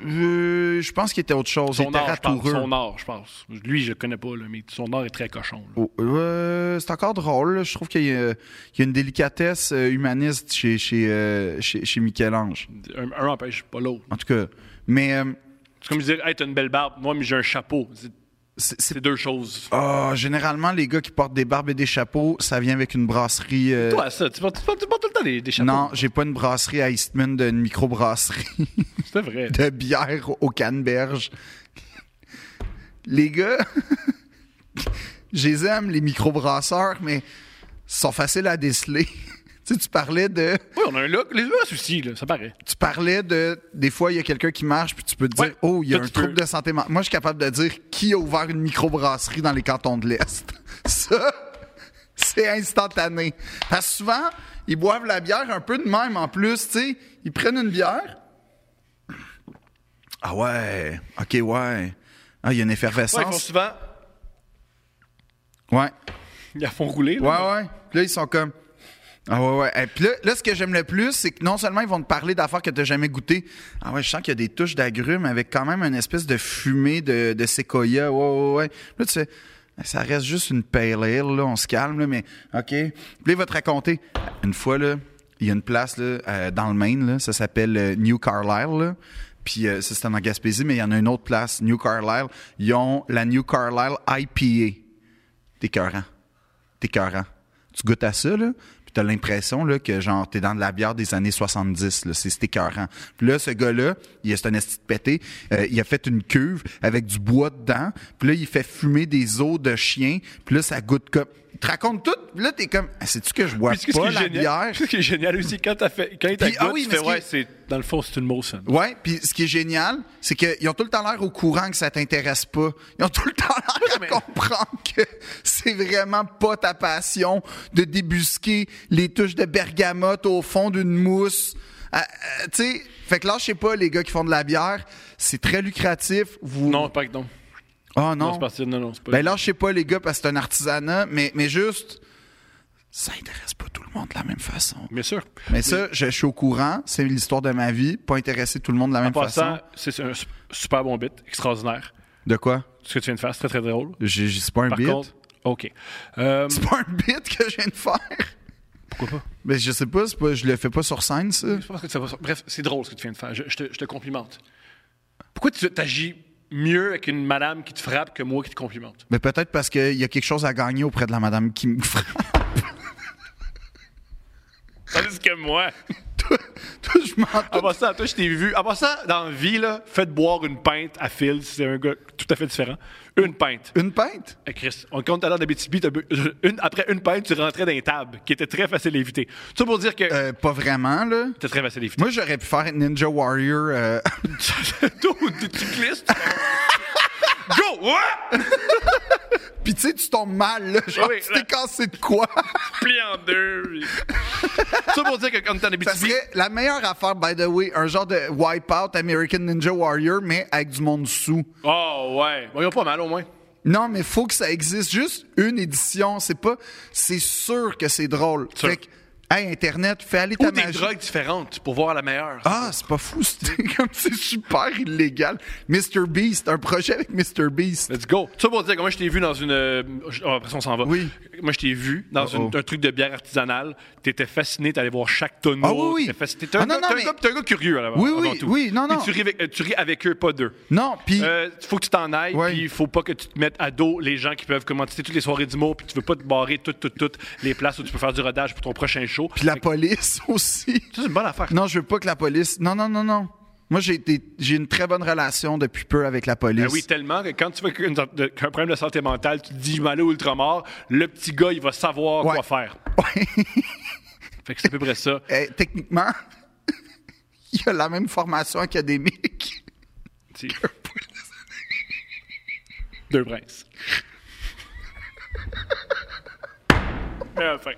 euh, je pense qu'il était autre chose. il
Son
était
art, je pense.
ratoureux.
Son art, je pense. Lui, je le connais pas, là, mais son art est très cochon. là.
Oh, euh, c'est encore drôle. là. Je trouve qu'il y, a il y a une délicatesse euh, humaniste chez, chez, euh, chez, chez Michel-Ange.
Un, un empêche pas l'autre.
En tout cas, mais euh,
C'est comme dire, hey, t'as une belle barbe, moi, mais j'ai un chapeau. C'est-
c'est- c'est
C'est deux choses.
Ah, généralement, les gars qui portent des barbes et des chapeaux, ça vient avec une brasserie. euh,
Toi, ça, tu portes, tu portes- tu portes tout le temps des, des chapeaux.
non, j'ai pas une brasserie à Eastman d'une microbrasserie
C'est vrai.
de bière au canneberge. Les gars, je les aime, les microbrasseurs, mais ils sont faciles à déceler. tu sais, tu parlais de.
Oui, on a un look. Les deux un souci, là, ça paraît.
Tu parlais de. Des fois, il y a quelqu'un qui marche, puis tu peux te dire
Ouais,
Oh, il y a
toi,
un
tu peux.
trouble de santé mentale. Moi, je suis capable de dire qui a ouvert une microbrasserie dans les cantons de l'Est. Ça, c'est instantané. Parce que souvent, ils boivent la bière un peu de même en plus, tu sais. Ils prennent une bière. Ah ouais. OK, ouais. Ah, il y a une
Ouais, ils font
effervescence.
souvent.
Ouais,
Ils la font rouler.
ouais,
Là,
ouais. Puis là, ils sont comme. Ah ouais, ouais. Et puis là, là, ce que j'aime le plus, c'est que non seulement ils vont te parler d'affaires que t'as jamais goûtées. Ah ouais, je sens qu'il y a des touches d'agrumes avec quand même une espèce de fumée de, de séquoia. Ouais, ouais, ouais. Puis Là, tu fais, eh, ça reste juste une pale ale, là, on se calme, là, mais OK. Puis là, il va te raconter. Une fois, là, il y a une place là, euh, dans le Maine, là, ça s'appelle euh, New Carlisle, là. Puis euh, ça, c'est en Gaspésie, mais il y en a une autre place, New Carlisle. Ils ont la New Carlisle IPA. T'es T'es T'écœurant. tu goûtes à ça, là, puis t'as l'impression là, que genre t'es dans de la bière des années 70, là, c'est, c'est écœurant. Puis là, ce gars-là, il est un esti de pété, euh, il a fait une cuve avec du bois dedans, puis là, il fait fumer des os de chien, puis là, ça goûte comme... Il te raconte tout, puis là, t'es comme, ah, sais-tu que je bois
Puis ce qui
pas
est
la
génial-
bière?
Ce qui est génial aussi, quand t'as fait, quand il t'a
Puis- ah
goûté,
oui,
tu
mais
fais,
ce qui-
ouais, c'est, dans le fond, c'est une Molson.
Ouais, puis ce qui est génial, c'est qu'ils ont tout le temps l'air au courant que ça t'intéresse pas. Ils ont tout le temps l'air à
mais-
comprendre que c'est vraiment pas ta passion de débusquer les touches de bergamote au fond d'une mousse. Ah, ah, tu sais, fait que là, je sais pas, les gars qui font de la bière, c'est très lucratif. Vous...
Non, pas que non.
Oh
Non,
non.
c'est parti. Non, non, c'est pas.
ben là, je sais pas, les gars, parce que c'est un artisanat, mais, mais juste, ça intéresse pas tout le monde de la même façon.
Bien sûr.
Mais ça, je, je suis au courant, c'est l'histoire de ma vie, pas intéresser tout le monde de la
En
même
passant,
façon.
c'est un su- super bon bit, extraordinaire.
De quoi?
Ce que tu viens de faire, c'est très, très drôle.
J'ai- j'ai- C'est pas un
Par
bit.
contre, OK. Euh,
C'est pas un bit que je viens de faire.
pourquoi pas?
Mais je sais pas, c'est pas je le fais pas sur scène, ça.
Je pense que ça va- Bref, c'est drôle ce que tu viens de faire. Je, je te, je te complimente. Pourquoi tu t'agis mieux avec une madame qui te frappe que moi qui te complimente?
Mais peut-être parce qu'il y a quelque chose à gagner auprès de la madame qui me frappe.
Tandis que moi,
Toi, toi, je m'en
en passant, Ah, bah toi, je t'ai vu. En passant, dans la vie, là, faites boire une pinte à Phil, c'est un gars tout à fait différent. Une pinte.
Une pinte?
Eh, Chris, on compte à l'heure d'Abitibi, t'as bu- une, après une pinte, tu rentrais dans les tables, qui était très facile à éviter. Ça pour dire que
Euh, pas vraiment, là.
c'était très facile à éviter.
Moi, j'aurais pu faire Ninja Warrior. euh,
Toi, tu cycliste. Go! Ouais!
Puis tu sais, tu tombes mal, là. Genre,
Oui,
tu t'es
là.
cassé de quoi?
Plié en deux. puis- Ça pour dire que quand t'es en
Ça
Abitibi,
serait la meilleure affaire, by the way, un genre de Wipeout American Ninja Warrior, mais avec du monde sous.
Oh, ouais. Voyons pas mal, au moins.
Non, mais faut que ça existe. Juste une édition, c'est pas. C'est sûr que c'est drôle.
Sûr.
Fait que, hey, Internet, fais aller ta
Ou des
magie.
drogues différentes pour voir la meilleure.
Ah, c'est pas fou, c'est comme c'est super illégal. Mr Beast, un projet avec Mr Beast.
Let's go. Ça pour dire que moi, je t'ai vu dans une. euh, je- oh, après, ça, on s'en va.
Oui.
Moi, je t'ai vu dans
Oh,
une-
oh.
un truc de bière artisanale. T'étais fasciné, t'allais voir chaque tonneau.
Ah, oui, oui.
T'étais fasciné. T'es un,
Ah, non,
gars-
non,
t'es un
mais-
gars- t'es un gars curieux, là.
Oui,
avant
oui,
tout.
oui, non,
Puis
non.
Tu ris, avec, euh, tu ris avec eux, pas d'eux.
Non, puis
Euh, faut que tu t'en ailles,
Ouais.
puis il faut pas que tu te mettes à dos les gens qui peuvent commenter toutes les soirées d'humour, puis tu veux pas te barrer toutes, toutes, toutes les places où tu peux faire du rodage pour ton prochain show.
puis la police aussi.
Ça, c'est une bonne affaire.
Non, je veux pas que la police. Non, non, non, non. Moi, j'ai été- j'ai une très bonne relation depuis peu avec la police.
Ben oui, tellement que quand tu vois qu'une- de- qu'un problème de santé mentale, tu te dis, je vais aller au ultramar, le petit gars, il va savoir
Ouais.
quoi faire.
Ouais.
Fait que c'est à peu près ça.
Eh, techniquement, il a la même formation académique.
C'est- Deux princes. Mais enfin.